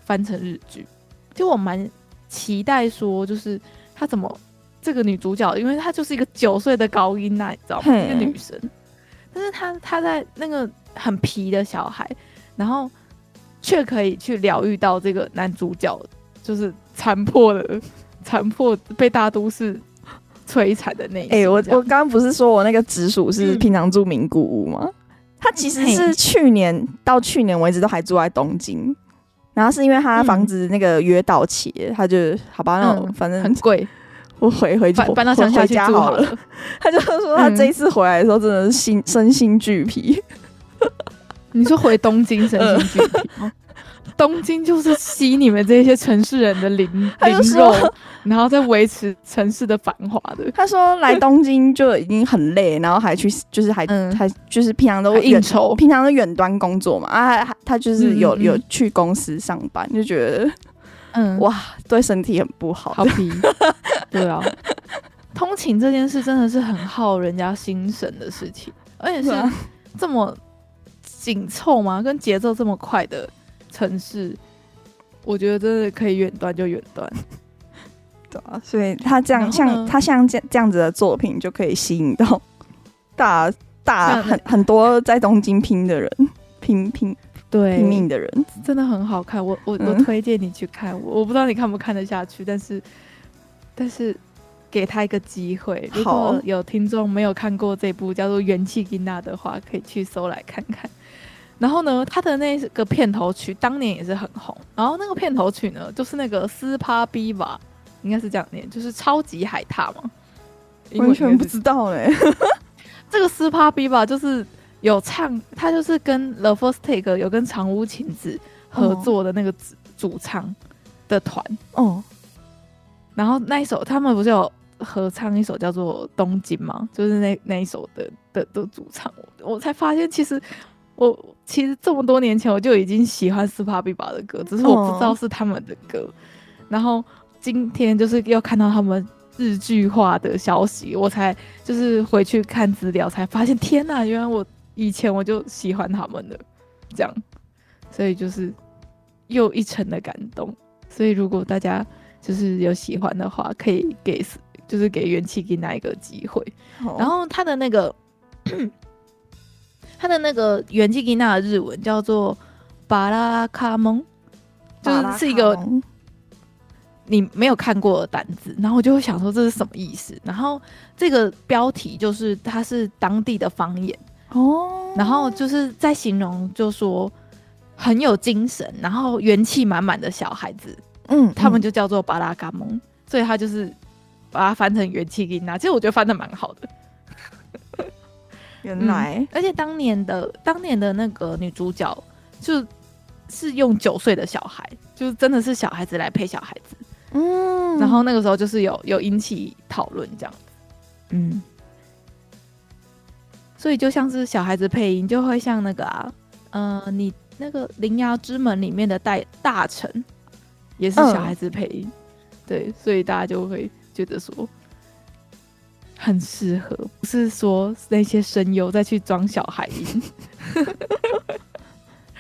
翻成日剧，就我蛮期待说，就是他怎么这个女主角，因为她就是一个九岁的高音呐、你知道吗？嘿一个女生，但是她她在那个很皮的小孩，然后却可以去疗愈到这个男主角，就是残破的残破被大都市摧残的那一哎、我我这样刚刚不是说我那个直属是嗯平常住名古屋吗？他其实嘿是去年到去年为止都还住在东京，然后是因为他房子那个约到期了，他就好吧，那我嗯反正很贵， 我回回搬我搬到乡回下回去家住好了。了。 他就说他嗯这一次回来的时候真的是心 身心俱疲，你说回东京身心俱疲吗？东京就是吸你们这些城市人的灵他就灵说肉，然后再维持城市的繁华的。他说来东京就已经很累，然后还去就是还、嗯还就是平常都还远应酬平常都远端工作嘛啊，他他就是有嗯嗯嗯有去公司上班，就觉得嗯，哇对身体很不好。好皮， 对啊，通勤这件事真的是很耗人家心神的事情，而且是对啊这么紧凑吗？跟节奏这么快的城市，我觉得真的可以远端就远端。对啊，所以他这样然后呢像他像这这样子的作品就可以吸引到 大大像很很多在东京拼的人，拼拼对拼命的人。真的很好看，我我我嗯推荐你去看，我我不知道你看不看得下去，但是但是给他一个机会。如好果有听众没有看过这部叫做《元气吉娜》的话，可以去搜来看看。然后呢，他的那个片头曲当年也是很红，然后那个片头曲呢，就是那个斯帕比吧，应该是这样念，就是超级海獭嘛，英完文应全该不是知道嘞、这个斯帕比吧，就是有唱，他就是跟 The First Take 有跟长屋晴子合作的那个主主唱的团，哦，然后那一首他们不是有合唱一首叫做《东京》吗？就是那那一首的的的主唱，我我才发现其实我其实这么多年前我就已经喜欢斯帕比巴的歌，只是我不知道是他们的歌。然后今天就是又看到他们日剧化的消息，我才就是回去看资料，才发现天呐，原来我以前我就喜欢他们的，这样，所以就是又一层的感动。所以如果大家就是有喜欢的话，可以给就是给元气给那一个机会。 然然后后他的那个， 他的那个原基吉娜的日文叫做巴拉卡蒙，就是是一个你没有看过的单字，然后我就会想说这是什么意思。然后这个标题就是它是当地的方言，哦，然后就是在形容就说很有精神，然后元气满满的小孩子，嗯，他们嗯就叫做巴拉嘎蒙，所以他就是把它翻成元气吉娜。其实我觉得翻的蛮好的。嗯原来而且当年的当年的那个女主角就是用九岁的小孩，就是真的是小孩子来配小孩子。嗯然后那个时候就是有有引起讨论这样子，嗯，所以就像是小孩子配音，就会像那个啊，呃，你那个《铃芽之门》里面的大大臣也是嗯小孩子配音，对，所以大家就会觉得说很适合，不是说那些声优再去装小孩音，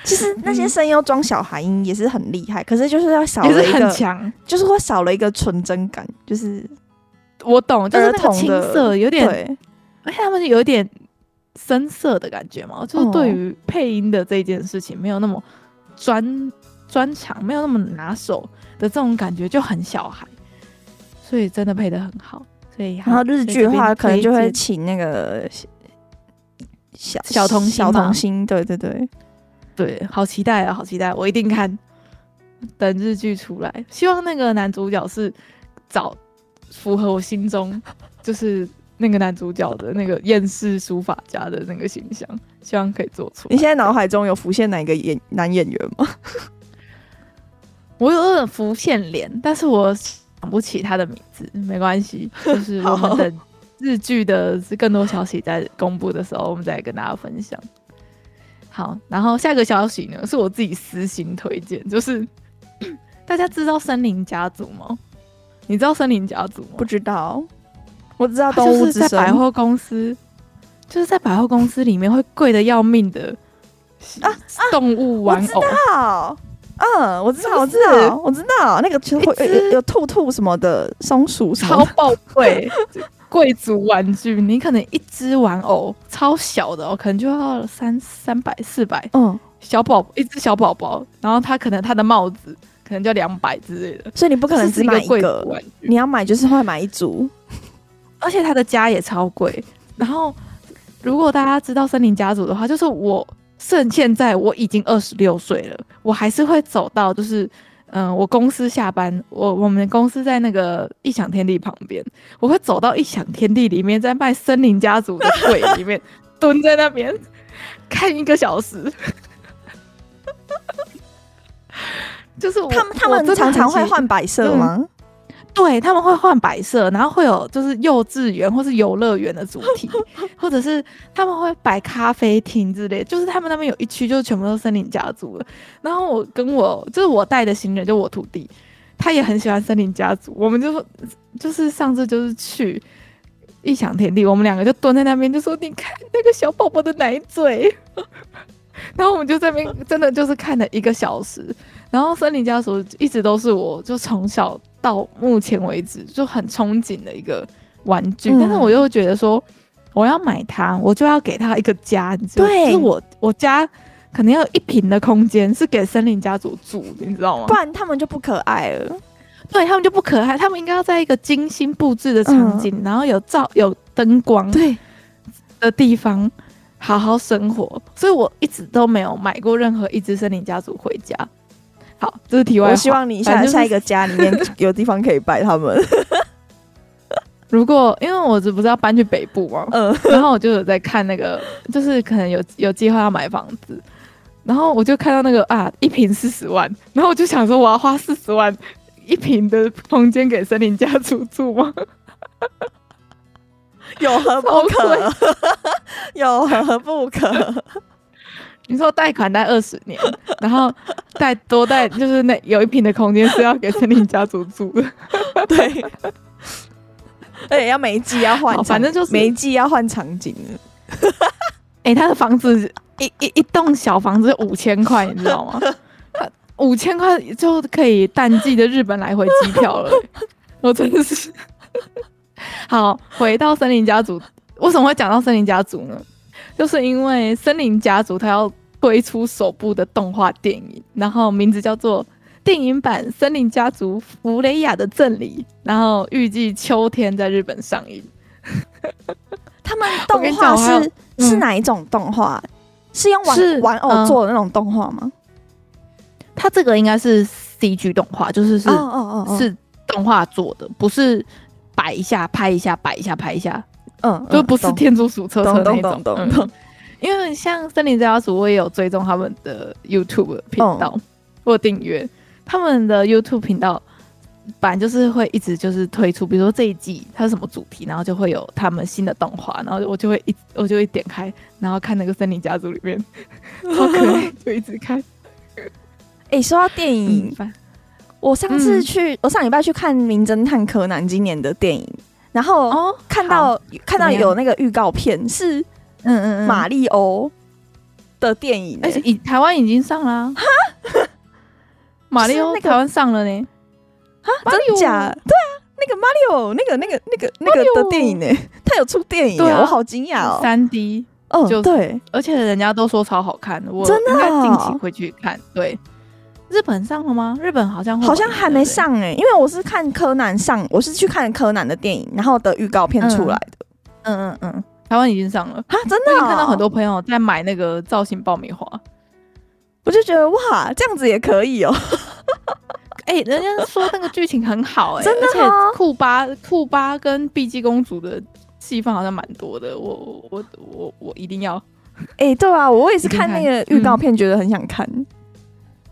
其实那些声优装小孩音也是很厉害，可是就是要少嗯也了是一很个，强。就是会少了一个纯真感，就是我懂，就是那儿童个的青涩，有点对，而且他们有一点深色的感觉嘛，就是哦对于配音的这件事情没有那么专专长，没有那么拿手的这种感觉，就很小孩，所以真的配的很好。所以然后日剧的话，可能就会所以这边推荐请那个小小童星小嘛童星，对对对，对，好期待啊，好期待，我一定看。等日剧出来，希望那个男主角是找符合我心中就是那个男主角的那个厌世书法家的那个形象，希望可以做出来。你现在脑海中有浮现哪个演男演员吗？我有点浮现脸，但是我想不起他的名字，没 关系，就是我好们等日剧的更多消息在公布的时候，我们再跟大家分享。好，然后下个消息呢，是我自己私心推荐，就是 大家知道森林家族吗？你知道森林家族吗？不知道， 我知道他动就物是之在百声，货公司，就是在百货公司里面会贵的要命的啊动物玩偶，好。 嗯，我知道，我是知不是道，我知道，那个其实会一有只有有兔兔什么的，松鼠什么超的，宝贵，就 贵族玩具，你可能一只玩偶超小的哦，可能就要三三百四百，嗯，小宝一只小宝宝，然后他可能他的帽子可能就两百之类的，所以你不可能这是只一买个一贵族欸个，玩具，你要买就是会买一组，而且他的家也超贵。然后如果大家知道森林家族的话，就是我趁现在我已经二十六岁了，我还是会走到就是。嗯，我公司下班，我我们公司在那个异想天地旁边，我会走到异想天地里面，在卖森林家族的柜里面蹲在那边 看一个小时。 就是我他们他我哦们真的常常很会喜换摆设嗯吗？对，他们会换摆设，然后会有就是幼稚园或是游乐园的主题，或者是他们会摆咖啡厅之类，就是他们那边有一区就是全部都是森林家族的。然后我跟我就是我带的新人，就我徒弟，他也很喜欢森林家族，我们就说就是上次就是去。异想天地，我们两个就蹲在那边，就说：“你看那个小宝宝的奶嘴。” 然后我们就在那边真的就是看了一个小时，然后森林家族一直都是我就从小到目前为止就很憧憬的一个玩具，嗯但是我又觉得说我要买它，我就要给它一个家，你知道吗？对就是我我家可能要有一平的空间是给森林家族住，你知道吗不？然他们就不可爱了。对他们就不可爱，他们应该要在一个精心布置的场景，然后有照有灯光对，的地方好好生活。所以我一直都没有买过任何一只森林家族回家。好，这是题外话。我希望你反下正就是下一个家里面 有地方可以摆他们。如果因为我这不是要搬去北部吗？嗯，然后我就有在看那个，就是可能有有计划要买房子，然后我就看到那个啊，一平四十万，然后我就想说我要花四十万一平的空间给森林家族住吗？ 有何不可？有何不可？你说贷款贷二十年，然后贷多贷就是那有一平的空间是要给森林家族住的，对， 而且要每一季要换场，好反正就是每一季要换场景了。哎、他的房子一一一栋小房子五千块，你知道吗？五千块就可以淡季的日本来回机票了欸、我真的是好。回到森林家族，为什么会讲到森林家族呢？就是因为森林家族它要推出首部的动画电影，然后名字叫做电影版《森林家族弗雷亚的赠礼》，然后预计秋天在日本上映。他们我跟动你画讲我还有是是嗯哪一种动画？是用是玩玩偶嗯做的那种动画吗？它这个应该是 CG 动画，就是是哦哦哦哦，是动画做的，不是摆一下拍一下摆一下拍一下，嗯，就不是懂天竺鼠车车懂懂那种懂。懂嗯懂，因为像森林之家族，我也有追踪他们的 YouTube 频嗯道，我有订阅他们的 YouTube 频道。本来就是会一直就是推出，比如说这一季它是什么主题，然后就会有他们新的动画，然后我就会一我就会点开，然后看那个森林家族里面， 超可爱，就一直看。哎，说到电嗯影，，我上次嗯去，我上礼拜去看《名侦探柯南》今年的电影，然后哦，看到看到怎么样有那个预告片是嗯嗯嗯，马里欧的电影而且欸，已哎台湾已经上了、啊， 马里是奥那个台湾上了呢，啊真假？对啊，那个马里欧那个那个那个那个的电影呢， 他有出电影对欸，啊我好惊讶哦。三 D，就嗯，是对，而且人家都说超好看的，我真的应该近期哦会去看。对，日本上了吗？日本好像会好像晚一点还没，对上哎，因为我是看柯南上，我是去看柯南的电影，然后的预告片出来的。不对嗯嗯嗯，台湾已经上了。啊，真我的已哦，经看到很多朋友在买那个造型爆米花，我就觉得哇，这样子也可以哦。哎、人家说那个剧情很好、哎，真的而哦且库巴库巴跟碧姬公主的戏份好像蛮多的，我我我我我一定要，哎，对啊，我也是一定看看那个预告片，觉得很想看。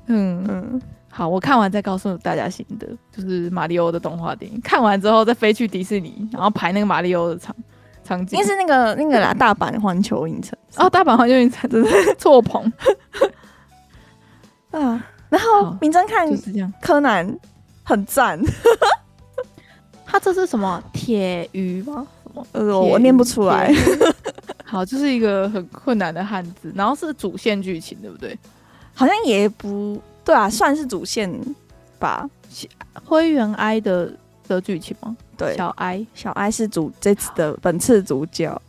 嗯嗯，好，我看完再告诉大家心得，就是马里欧的动画电影，看完之后再飞去迪士尼，然后排那个马里欧的场场景应该。是那个那个啦，大阪环球影城哦，大阪环球影城真是错棚，啊。然后好名侦探就是这样。柯南很赞，它这是什么铁鱼吗？什么？呃，我我念不出来。铁鱼。好，就是一个很困难的汉字，然后是主线剧情，对不对？好像也不对啊，算是主线吧。灰原哀的的剧情吗？对，小哀，小爱是主这次的本次主角，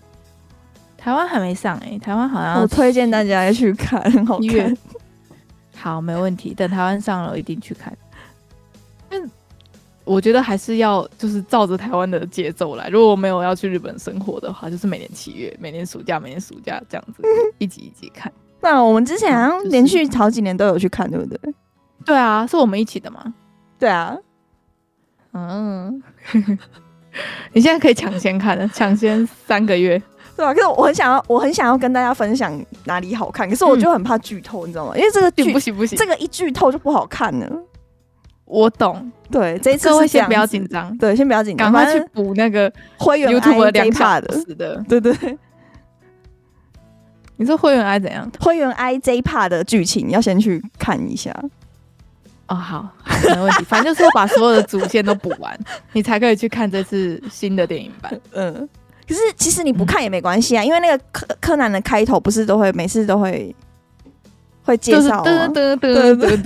台湾还没上哎、台湾好像我推荐大家去看，很好一月看。 好，没问题。等台湾上了，我一定去看。但我觉得还是要就是照着台湾的节奏来。如果我没有要去日本生活的话，就是每年七月、每年暑假、每年暑假 这样子一集一集看。那我们之前好嗯像就是连续好几年都有去看，对不对？对啊，是我们一起的嘛。对啊，嗯，你现在可以抢先看了，抢先三 个月。对啊。可是我很想要，我很想要跟大家分享哪里好看，可是我就很怕剧透，你知道吗？因为这个剧嗯不行不行，这个一剧透就不好看了。我懂。对，这一次各位是这先样不要子紧，张，对，先不要紧赶张，快反去正补那个灰原 YouTube 的两怕小的，时的。对对对，你说会员爱怎样？灰原哀这一 part 的剧情要先去看一下。哦，好，好，没问题。反正就是把所有的主线都补完，你才可以去看这次新的电影版。嗯，可是其实你不看也没关系啊，因为那个柯柯南的开头不是都会每次都会会介就是绍哦啊吗噔？噔噔噔噔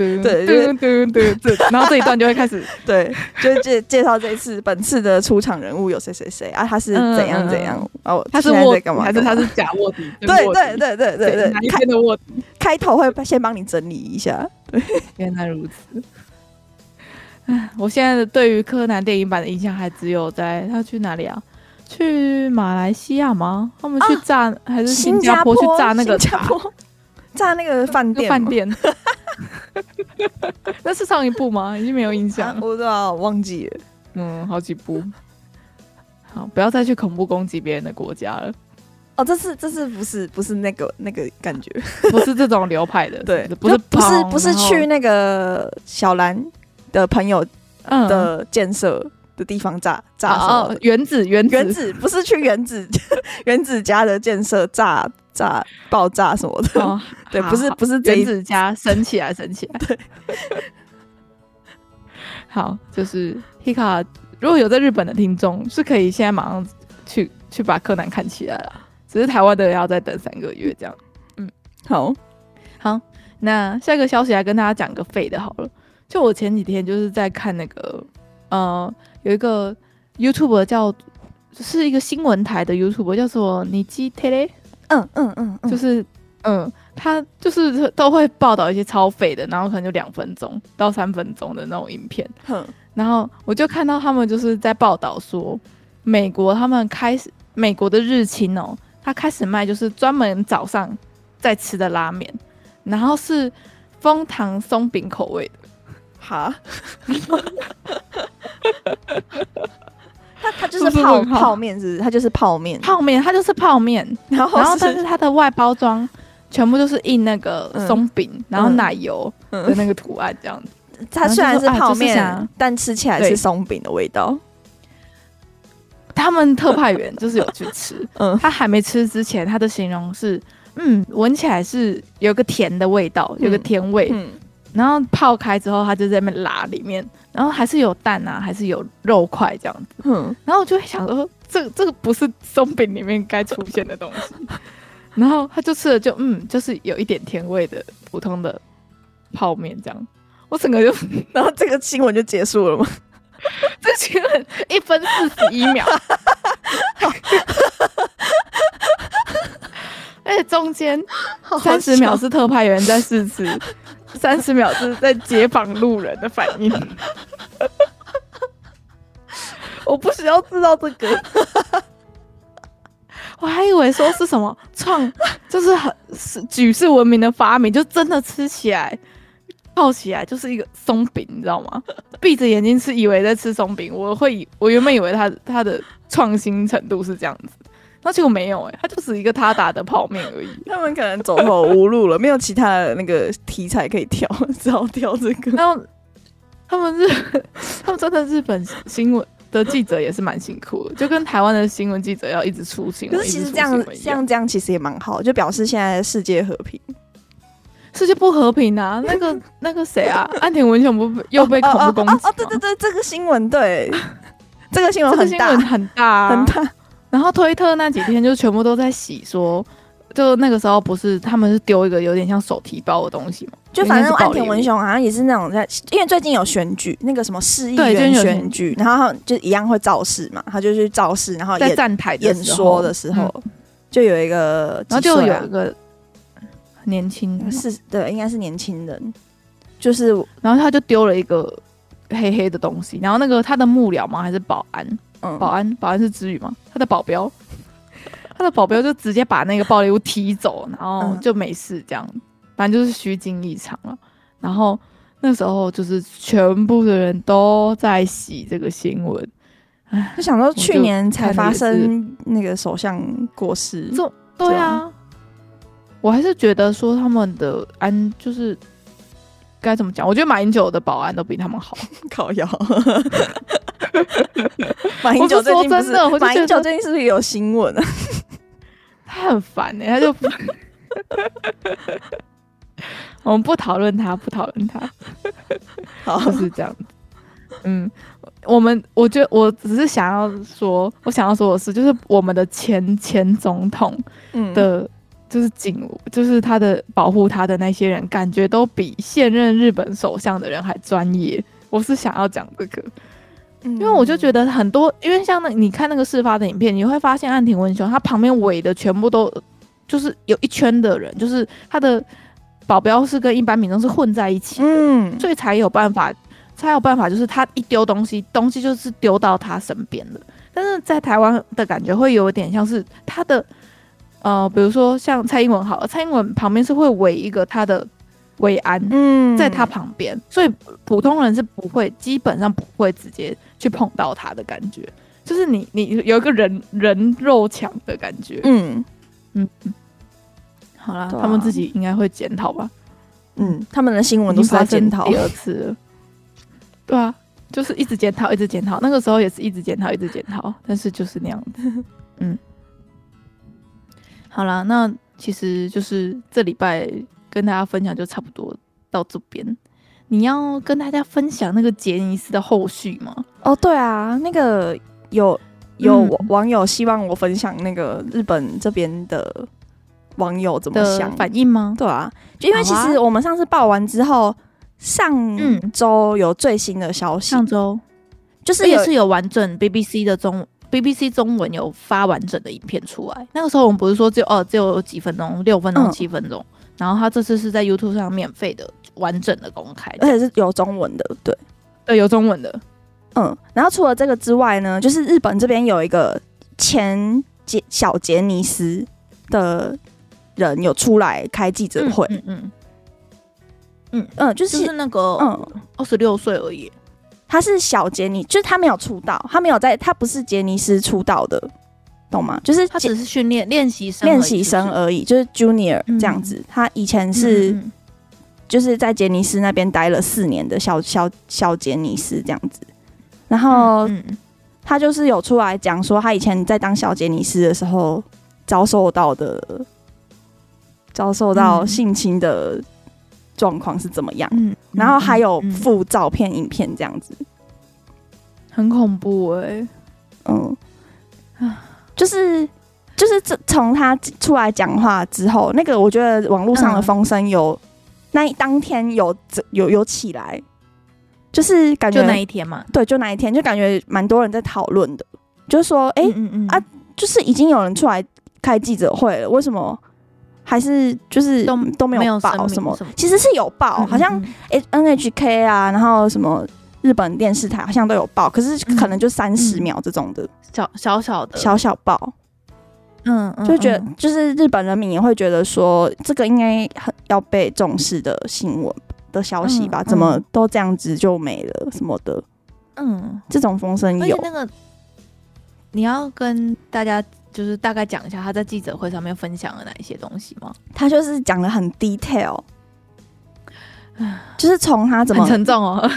噔噔噔噔，然后这一段就会 开始对，就是介介绍这一次本次的出场人物有谁谁谁啊，他是嗯怎样嗯怎样哦，他是现在卧在底干嘛？还是干嘛他是假卧底？ 对对对对对对哪一对，开边的卧底？开头会先帮你整理一下。原来如此。唉，我现在的对于柯南电影版的印象还只有在他去哪里啊？去马来西亚吗？他们去炸、还是啊新加坡去炸那个新加塔坡炸那个饭那个店饭吗店？ 那是上一部吗？已经没有印象啊了。我都要忘记了。嗯，好几 部。好，不要再去恐怖攻击别人的国家了，哦，这次这次不是不是那个那个感觉， 不是这种流派的，对，是不是就不是砰不是然后去那个小兰的朋友嗯的建设的地方炸炸啊什么哦的？ 原子原子原子不是去原子原子家的建设炸炸爆炸什么的。 哦，对，好不是好不是这原一子家升起来，升起来。对， 好，就是 Hika，如果有在日本的听众，是可以现在马上去去把柯南看起来了，只是台湾的要再等三个月这样。好，好，那下一个消息来跟大家讲个废的好了。就我前几天就是在看那个，呃，有一个 YouTube 叫，是一个新闻台的 YouTube 叫做你记 t e l 嗯嗯嗯嗯，就是嗯，他就是都会报道一些超废的，然后可能就两分钟到三分钟的那种影片。哼然后我就看到他们就是在报道说，美国他们开始美国的日清哦，他开始卖就是专门早上在吃的拉面，然后是枫糖松饼口味哦的， 哈，它它就是不是泡问号泡面，是不是？它就是泡面，泡面它就是泡面，然后然后但哦是是它的外包装全部都是印那个嗯松饼，然后嗯奶油的那个图案这 样子。它虽然是然后就说啊泡就是面，想但吃起来对是松饼的味道。他们特派员就是有去 吃，嗯他还没吃之前，他的形容是，嗯，闻起来是有个甜的味道，有个嗯甜味，嗯然后泡开之后，他就在那边拉里面，然后还是有蛋啊，还是有肉块这样子，嗯，然后我就会想说，这这个不是松饼里面该出现的东西，然后他就吃了就，嗯，就是有一点甜味的普通的泡面这样，我整个就 然后这个新闻就结束 了吗？这新闻一分四十一秒，而且中 间三十秒是特派员在试吃，三十秒是在解绑路人的反应。我不需要知道这个，我还以为说是什么创， 就是很是举世闻名的发明，就真的吃起来泡起来就是一个松饼，你知道吗？闭着眼睛吃，以为在吃松饼。我会以我原本以为它它的创新程度是这样子，那结果没有哎、它就是一个他打的泡面而已。 他们可能走投无路了，没有其他的那个题材可以挑，只好挑这个。然后他们日他们真的日本新闻的记者也是蛮辛苦的，就跟台湾的新闻记者要一直出新闻，可是其一直实出这样新闻一样像这样其实也蛮好，就表示现在世界和平。世界不和平啊！那个那个谁啊，岸田文雄不是又被恐怖攻击哦哦哦哦，对对吗，对，这个新闻 对，这个新闻这个很新大闻很大啊很大。然后推特那几天就全部都在洗说，就那个时候不是他们是丢一个有点像手提包的东西嘛，就反正有点像是岸爆裂田物文雄好像也是那种在，因为最近有选举，那个什么市议对最近员有选选举，然后他就一样会造势嘛，他就去造势，然后在演站台的演时候说的时候，嗯就有一个然后几就岁有啊一个年轻人，是对，应该是年轻人，就是然后他就丢了一个黑黑的东西，然后那个他的幕僚吗还是保安？嗯保安，保安是知语吗？他的保镖，他的保镖就直接把那个暴力物踢走，然后嗯就没事这样，反正就是虚惊一场了。然后那时候就是全部的人都在洗这个新闻，就想说就去年才看发也是生那个首相过世，这对啊，我还是觉得说他们的安就是该怎么讲？我觉得马英九的保安都比他们好。烤 窑。马英九最近不我是说真的我就马英觉九得最近是不是也有新闻啊？ 他很烦哎、他就 我们不讨论他，不讨论他，好，就是这样子。嗯，我们我觉得我只是想要说，我想要说的是，就是我们的前前总统嗯，的，就是警，就是他的保护他的那些人，感觉都比现任日本首相的人还专业。我是想要讲这个，因因为我就觉得很多，因为像那你看那个事发的影片，你会发现岸田文雄他旁边围的全部都就是有一圈的人，就是他的保镖是跟一般民众是混在一起，嗯，所以才有办法，才有办法，就是他一丢东西，东西就是丢到他身边的。但是在台湾的感觉会有点像是他的，呃，比如说像蔡英文好了，蔡英文旁边是会围一个他的维安，嗯在他旁边，所以普通人是不会，基本上不会直接去碰到他的感觉，就是你你有一个人人肉墙的感觉。嗯好啦，对啊他们自己应该会检讨吧？嗯，他们的新闻都已是经在发生检讨第，二次了。对啊，就是一直检讨，一直检讨。那个时候也是一直检讨，一直检讨，但是就是那样子。嗯，好啦，那其实就是这礼拜跟大家分享就差不多到这边。你要跟大家分享那个杰尼斯的后续吗？哦，对啊，那个有有嗯网友希望我分享那个日本这边的网友怎么的想，反应吗？对啊，就因为好其啊实我们上次报完之后，上嗯周有最新的消息，上周就是这也有是有完整 BBC 的中 BBC 中文有发完整的影片出来。那个时候我们不是说只有哦只有几分钟，六分钟、嗯七分钟，然后他这次是在 YouTube 上免费的完整的公开，而且是有中文的，对，对，有中文的，嗯，然后除了这个之外呢，就是日本这边有一个前杰小杰尼斯的人有出来开记者会，嗯嗯，嗯，就就是是那个嗯，二十六岁而已，他是小杰尼，就是他没有出道，他没有在，他不是杰尼斯出道的，懂吗？就是他杰只是训练练习生而已，练习生是不是而已，就是 junior 嗯这样子。他以前是、嗯嗯就是在杰尼斯那边待了四年的小小小杰尼斯这样子，然后嗯嗯他就是有出来讲说，他以前在当小杰尼斯的时候遭受到的遭受到嗯性侵的状况是怎么样，嗯，然后还有嗯嗯附照片、影片这样子，很恐怖哎、嗯，就是就是这从他出来讲话之后，那个我觉得网络上的嗯风声有、那一当天有有有起来，就是感就那觉一天嘛，对，就那一天就感觉蛮多人在讨论的，就是说，哎、嗯嗯嗯啊就是已经有人出来开记者会了，为什么还是就是都都没没有有声报明什么什么？其实是有报，嗯哦好像嗯嗯 H N H K 啊，然后什么日本电视台好像都有报，可是嗯可能就三十嗯秒这种的小小小的，小小报，嗯嗯，就觉得嗯就是日本人民也会觉得说这个应该很要被重视的新闻的消息吧？嗯怎么都这样子就没了什么的，嗯，这种风声而且有。那个你要跟大家就是大概讲一下他在记者会上面分享了哪一些东西吗？他就是讲的很 detail，就是从他怎么很沉重哦，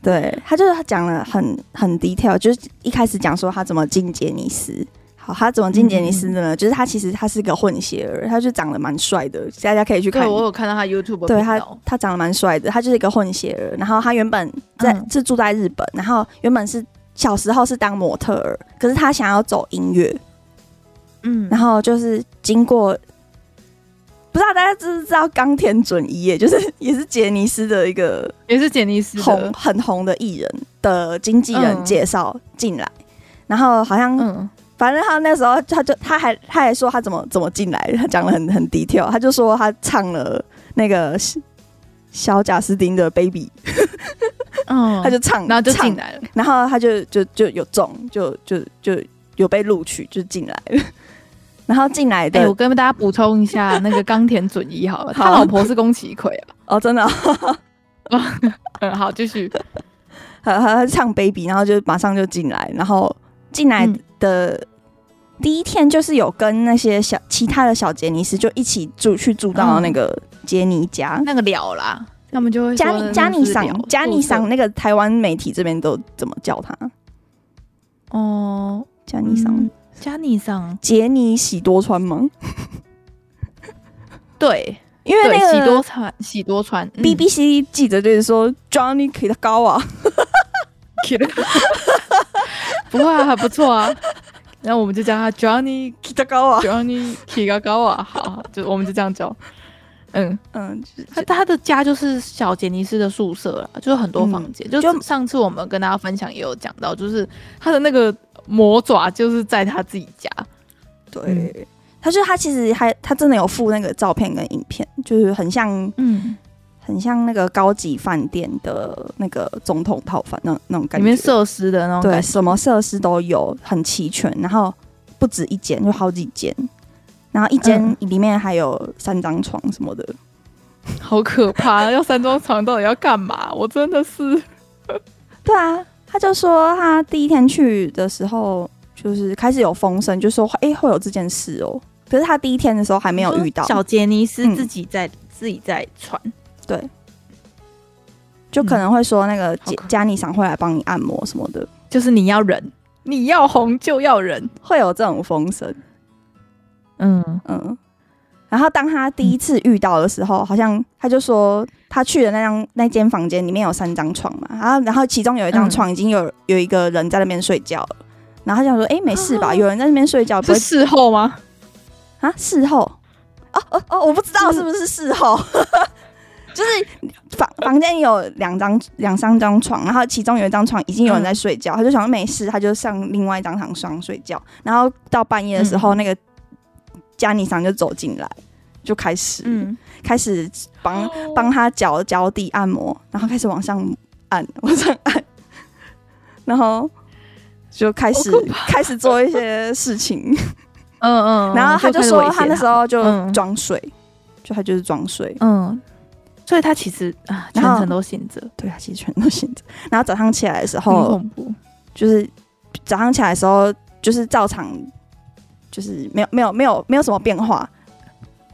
对他就是讲了很很 detail，就是一开始讲说他怎么进杰尼斯。好，他怎么嗯进杰尼斯的呢？就是他其实他是个混血儿，他就长得蛮帅的，大家可以去看 对。我有看到他 YouTube 对频他道，他长得蛮帅的，他就是一个混血儿。然后他原本在、嗯是住在日本，然后原本是小时候是当模特儿，可是他想要走音乐，嗯，然后就是经过，不知道大家知不知道冈田准一耶，就是也是杰尼斯的一个也是杰尼斯红的，很红的艺人的经纪人嗯介绍进来，然后好像、嗯反正他那时候他就他还他还说他怎么怎么进来的，他讲的很很 detail，他就说他唱了那个小小贾斯汀的 Baby，、嗯，他就唱，然后就进唱，来了，哎然后他就就就有中，就就就有被录取，就进来 了。然后进来的、哎、我跟大家补充一下，那个冈田准一好了，他好老婆是宫崎葵啊。哦，真的、 哦，嗯，好，继续。他他唱 Baby，然后就马上就进来，然后进来嗯的第一天就是有跟那些小其他的小杰尼斯就一起住去住到嗯那个杰尼家。那个了啦，他们就会加说尼那加是尼了桑加尼桑，那个台湾媒体这边都怎么叫他？注册哦，加尼桑、嗯加尼桑，杰尼喜多川吗？对因为对，喜那多个川，喜多川嗯 BBC 记者就是说 Johnny K 的高 啊， 不会啊，还不错啊。然后我们就叫他 Johnny 他高 啊， Johnny Kigagawa，好，好就我们就这样叫。嗯，嗯，就是他他的家就是小杰尼斯的宿舍啦，就是很多房间。就嗯就上次我们跟大家分享也有讲到，就是他的那个魔爪就是在他自己家。嗯对。他说他其实还他真的有附那个照片跟影片，就是很像嗯，很像那个高级饭店的那个总统套房那那种感里觉，面设施的那种对感觉。什么设施都有，很齐全，然后不止一间，就好几间，然后一间嗯里面还有三张床什么的，好可怕！要三张床到底要干嘛？我真的是，对啊，他就说他第一天去的时候，就是开始有风声，就说哎、诶会有这件事哦，可是他第一天的时候 还没有遇到，小杰尼斯嗯自己在、自己在传，就可能会说那个嗯好杰可加尼桑会来帮你按摩什么的，就是你要忍，你要红就要忍。会有这种风声，嗯，嗯，然后当他第一次遇到的时候，好像他就说他去的那张那间房间里面有三张床嘛，然后然后其中有一张嗯床已经有有一个人在那边睡觉了，然后他想说，哎，没事吧？哦有人在那边睡觉，不是会事后吗？啊？事后？哦哦哦，我不知道是不是事后。 就是房房间有两张两三张床，然后其中有一张床已经嗯有人在睡觉，他就想说没事，他就上另外一张床上睡觉。然后到半夜的时嗯候，那个加尼桑就走进来，就开始、嗯，哦开始帮帮他脚脚底按摩，然后开始往上按，往上按，然后就开始好可开始做一些事情。嗯嗯，然后他就开始说威胁他那时候就嗯装睡，就他就是装睡。嗯，所以他其实啊全然后程都醒着，对啊，其实全都醒着。 然后早上起来的时很候，恐怖。就是早上起来的时候，就是照常，就是没有没有没有没有什么变化，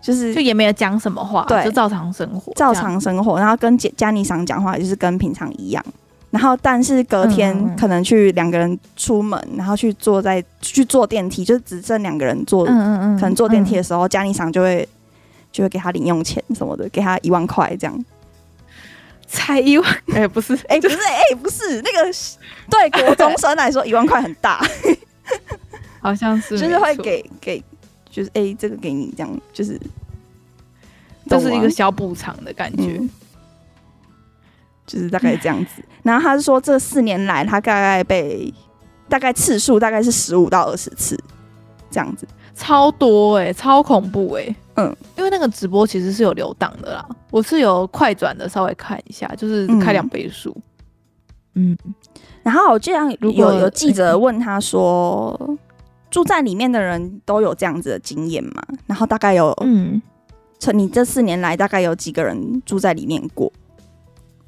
就是就也没有讲什么话，对就照常生活，照这样。常生活。然后跟加加尼桑讲话也就是跟平常一样。然后，但是隔天嗯嗯嗯可能去两个人出门，然后去坐在去坐电梯，就是只剩两个人坐，嗯嗯嗯，可能坐电梯嗯的时候，加尼桑就会就会给他零用钱什么的，给他一万块这样。才一万，哎，不是， 哎、不是，哎、不是，那个是对国中生来说，一万块很大，好像是就没是会错，给给，就是哎、这个给你这样，就是就懂是一吗个小补偿的感觉。啊嗯就是大概这样子。然后他是说，这四年来，他大概被大概次数大概是十五到二十次这样子。超多哎、超恐怖哎、嗯嗯，因为那个直播其实是有留档的啦，我是有快转的，稍微看一下，就是嗯开两倍速。嗯，然后我竟然如果有有记者问他说，住在里面的人都有这样子的经验嘛？然后大概有嗯，从你这四年来，大概有几个人住在里面过？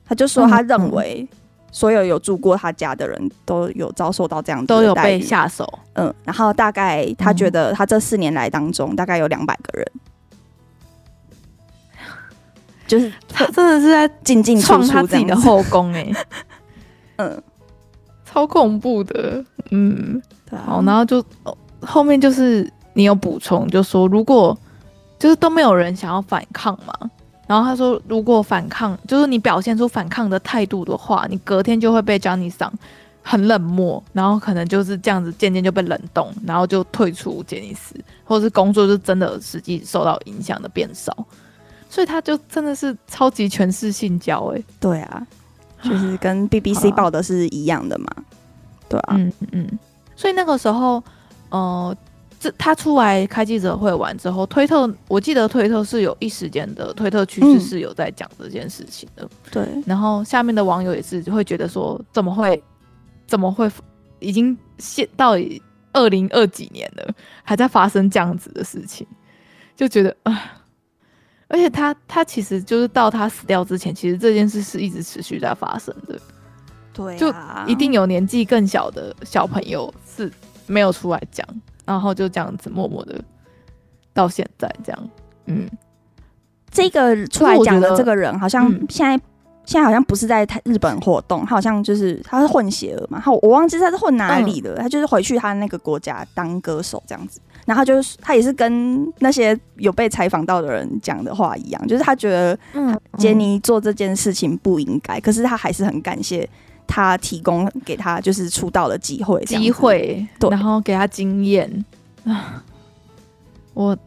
他就说，嗯他认为所有有住过他家的人都有遭受到这样子都的有待遇被嗯下手，嗯，然后大概他觉得他这四年来当中，大概有两百个人，就是他真的是在进进出创出他这自己样的子。后宫哎、嗯，超恐怖的。嗯，对啊好，然后就哦后面就是你有补充，就说如果就是都没有人想要反抗嘛。然后他说，如果反抗，就是你表现出反抗的态度的话，你隔天就会被 Johnny 桑很冷漠，然后可能就是这样子，渐渐就被冷冻，然后就退出杰尼斯，或者是工作就真的实际受到影响的变少。所以他就真的是超级权势性交、欸，对啊，就是跟 BBC 好啊报的是一样的嘛。对啊，嗯嗯，所以那个时候，呃，这他出来开记者会完之后，推特我记得推特是有一时间的推特趋嗯势是有在讲这件事情的，对，然后下面的网友也是会觉得说，怎么会，怎么会已经现到二零二几年了，还在发生这样子的事情，就觉得啊。而且他他其实就是到他死掉之前，其实这件事是一直持续在发生的。对就啊一定有年纪更小的小朋友是没有出来讲，然后就这样子默默的到现在这样，嗯，这个出来讲可是我觉的得这个人，好像嗯现在、现在好像不是在台日本活动，他好像就是他是混血儿嘛，他我忘记他是混哪里嗯的，他就是回去他那个国家当歌手这样子。然后就是他也是跟那些有被采访到的人讲的话一样，就是他觉得嗯，杰尼做这件事情不应该，可是他还是很感谢他提供给他就是出道的机会这样子，机会对，然后给他经验啊我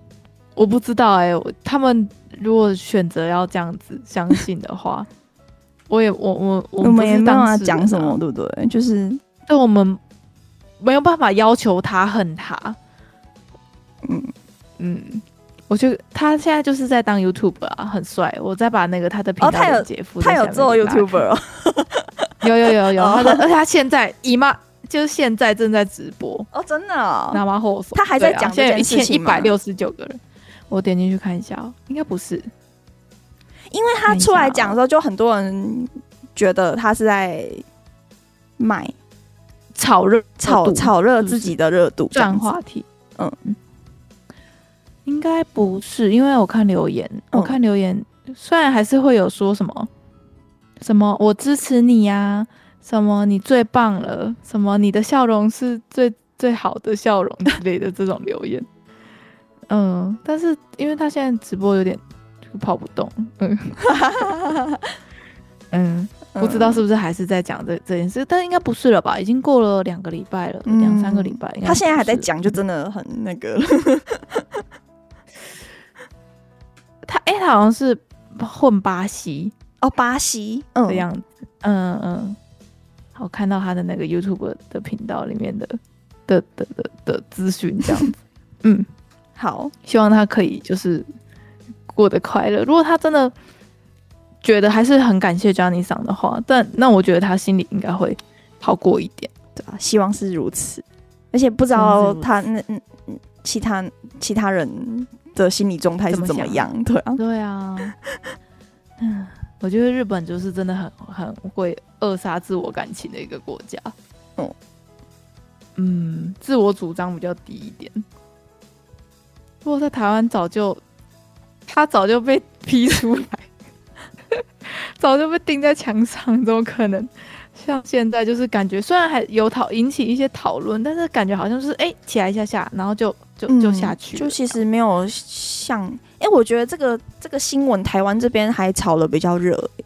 我不知道哎、我他们如果选择要这样子相信的话，我也我我我我不们也是没有当要事人讲什啊么，对不对？就是对我们没有办法要求他恨他。嗯嗯，我觉得他现在就是在当 YouTube 啊，很帅。我再把那个他的频哦他道有链接附在他有下面做给大家 YouTuber，、哦、看有有有有，哦他的而且他现在姨妈就是现在正在直播，哦，真的、哦，拿妈后手，他还在讲对啊这件现事在一千一情吗百六十九个人，我点进去看一下、哦，应该不是，因为他出来讲的时候，就很多人觉得他是在卖炒热炒度炒热自己的热度，这样转子话题。嗯嗯，应该不是，因为我看留言，嗯我看留言，虽然还是会有说什么什么我支持你呀、什么你最棒了，什么你的笑容是最最好的笑容之类的这种留言。 嗯，但是因为他现在直播有点就跑不动， 嗯嗯，不知道是不是还是在讲这这件事，但应该不是了吧？已经过了两个礼拜了，两、三个礼拜。应嗯该他现在还在不是讲，就真的很那个了。他，哎、他好像是混巴西哦，巴西，嗯，的样子，嗯嗯。我看到他的那个 YouTube 的频道里面的的的的的资讯这样子，嗯，好，希望他可以就是过得快乐。如果他真的觉得还是很感谢 Johnny 桑的话，但那我觉得他心里应该会好过一点。对啊，希望是如此。而且不知道他那嗯嗯其他其他人的心理状态是怎么怎么想样，对啊，对啊，嗯，我觉得日本就是真的很很会扼杀自我感情的一个国家。嗯嗯，自我主张比较低一点。如果在台湾，早就他早就被批出来，早就被钉在墙上，怎么可能？像现在就是感觉，虽然还有讨引起一些讨论，但是感觉好像就是哎、起来一下下，然后就就就嗯下去了、就其实没有像，哎、我觉得这个这个新闻台湾这边还炒的比较热、欸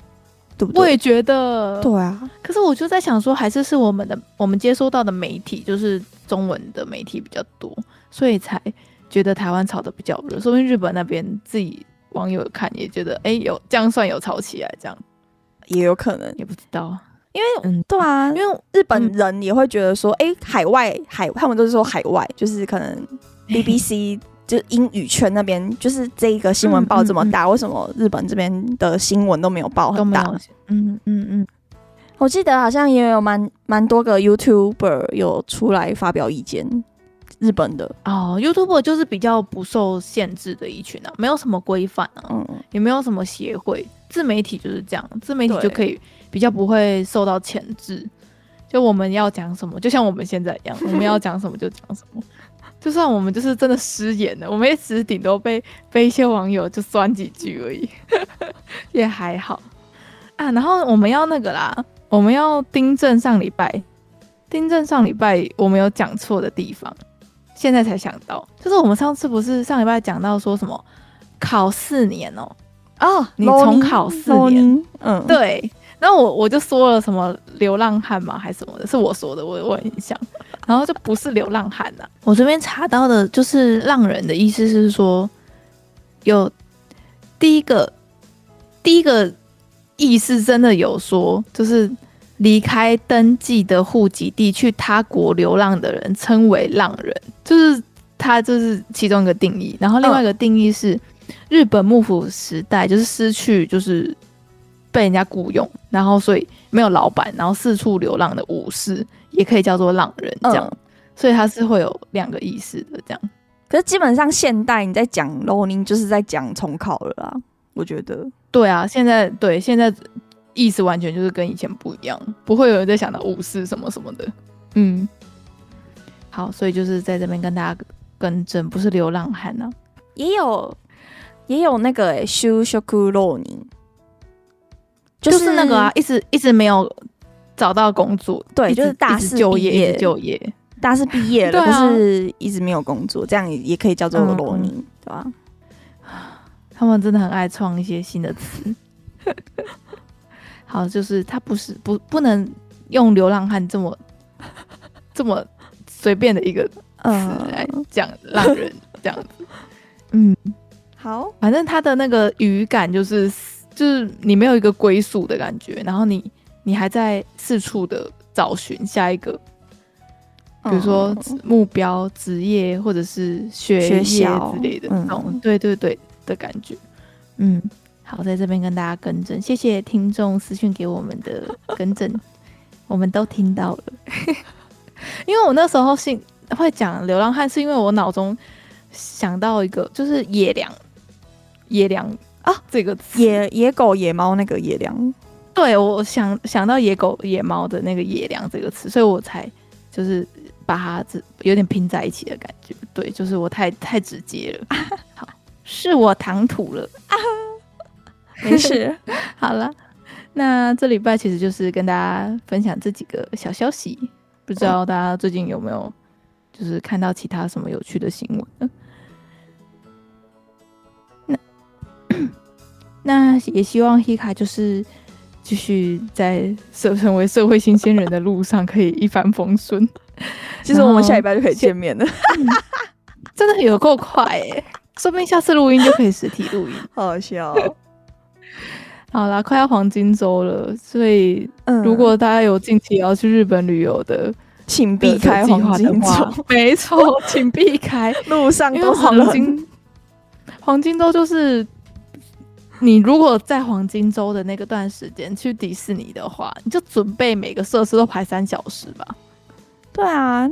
对不我对？也觉得，对啊，可是我就在想说，还是是我们的我们接收到的媒体，就是中文的媒体比较多，所以才觉得台湾炒的比较热。说明日本那边自己网友看也觉得，哎、有这样算有炒起来，这样也有可能，也不知道，因为嗯，对啊，因因为为日本人也会觉得说，哎、海外海，他们都是说海外，就是可 能 BBC 就是英语圈那边，就是这一个新闻报这么大，为什么日本这边的新闻都没有报嗯都很没大？有，嗯嗯嗯，我记得好像也有蛮蛮多个 YouTuber 有出来发表意见，日本的，哦，YouTube 就是比较不受限制的一群啊，没有什么规范啊，嗯，也没有什么协会，自媒体就是这样，自媒体对就可以比较不会受到牵制。就我们要讲什么，就像我们现在一样，我们要讲什么就讲什么。就算我们就是真的失言了，我们也只是顶多被被一些网友就酸几句而已， 也还好啊。然后我们要那个啦，我们要订正上礼拜，订正上礼拜我们有讲错的地方，现在才想到，就是我们上次不是上礼拜讲到说什么考四年哦、哦，你罗重宁考四罗年宁嗯，对，然后我我就说了什么流浪汉嘛，还是什么的，是我说的，我我很印象。然后就不是流浪汉啊呐、我这边查到的就是浪人的意思是说，有第一个第一个意思真的有说，就是离开登记的户籍地去他国流浪的人称为浪人，就是他就是其中一个定义。然后另外一个定义是。日本幕府时代就是失去，就是被人家雇佣，然后所以没有老板，然后四处流浪的武士，也可以叫做浪人这样。嗯所以它是会有两个意思的这样。可是基本上现代你在讲罗宁，就是在讲重考了啦，我觉得，对啊，现在对现在意思完全就是跟以前不一样，不会有人在想到武士什么什么的。嗯，好，所以就是在这边跟大家更正，不是流浪汉啊。也有也有那个欸诶、修修库罗宁，就就是、那个啊，，一直一直没有找到工作，对一直就是大一直四就毕业，业一直就业，大家是毕业了，对啊可是一直没有工作，这样也也可以叫做嗯罗宁，对吧？他们真的很爱创一些新的词。 好，就是他不是不不能用流浪汉这么这么随便的一个词啊来嗯，讲浪人这样子。嗯，好，反正他的那个语感就是就是你没有一个归宿的感觉，然后你你还在四处的找寻下一个，比如说嗯目标、职业或者是学学业校之类的嗯那种，对对对的感觉。嗯，好，在这边跟大家更正，谢谢听众私讯给我们的更正，我们都听到了。因为我那时候信会讲流浪汉，是因为我脑中想到一个就是野良，野良啊这个词，野野狗、野猫那个野 良，对我想想到野狗、野猫的那个“野良”这个词，所以我才就是把它这有点拼在一起的感觉。对，就是我太太直接了。 好，是我唐突了。 没事，好了，那这礼拜其实就是跟大家分享这几个小消息，不 知道大家最近有没有就是看到其他什么有趣的新闻呢？ 那也希望 Hika 就是继续在社成为社会新鲜人的路上可以一帆风顺，其实我们下礼拜就可以见面了， 真的有够快哎、说不定下次录音就可以实体录音。 好好笑哦。 好啦，快要黄金周了，所以嗯如果大家有近期要去日本旅游的，请避开 黄金周，，没错，请避 开，路上因为都是黄人 金黄金周就是你如果在黄金周的那个段时间去迪士尼的话，你就准备每个设施都排三小时吧。对啊，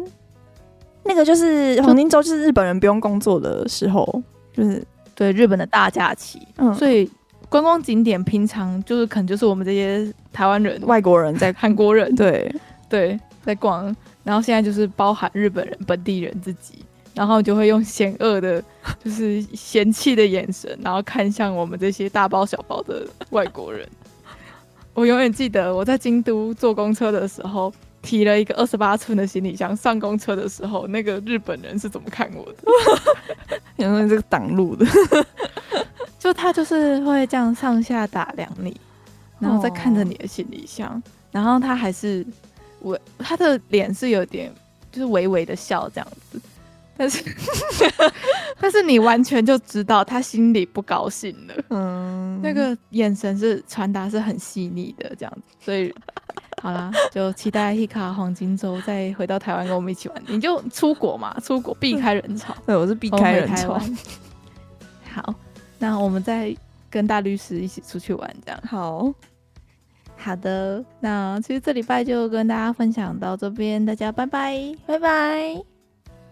那个就是黄金周，就是日本人不用工作的时候，就是对，日本的大假期，嗯，所以观光景点平常就是可能就是我们这些台湾人、外国人在韩国人对，对，在逛，然后现在就是包含日本人本地人自己，然后就会用险恶的，就是嫌弃的眼神，然后看向我们这些大包小包的外国人。我永远记得我在京都坐公车的时候，提了一个二十八寸的行李箱上公车的时候，那个日本人是怎么看我的？然后这个挡路的，就他就是会这样上下打量你，然后再看着你的行李箱，然后他还是我他的脸是有点就是微微的笑这样子，但是 但是你完全就知道他心里不高兴了，嗯，那个眼神是传达是很细腻的这样子，所以好啦，就期待 Hika 黄金周再回到台湾跟我们一起玩，你就出国嘛，出国避开人潮。对，我是避开人潮。。 好，那我们再跟大律师一起出去玩，这样。好，好的，那其实这礼拜就跟大家分享到这边，大家拜拜，拜拜，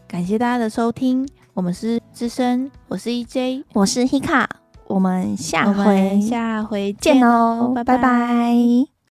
感谢大家的收听，我们是资深，我是 E EJ，我是 Hika，我们下我回们下回见见哦，拜拜拜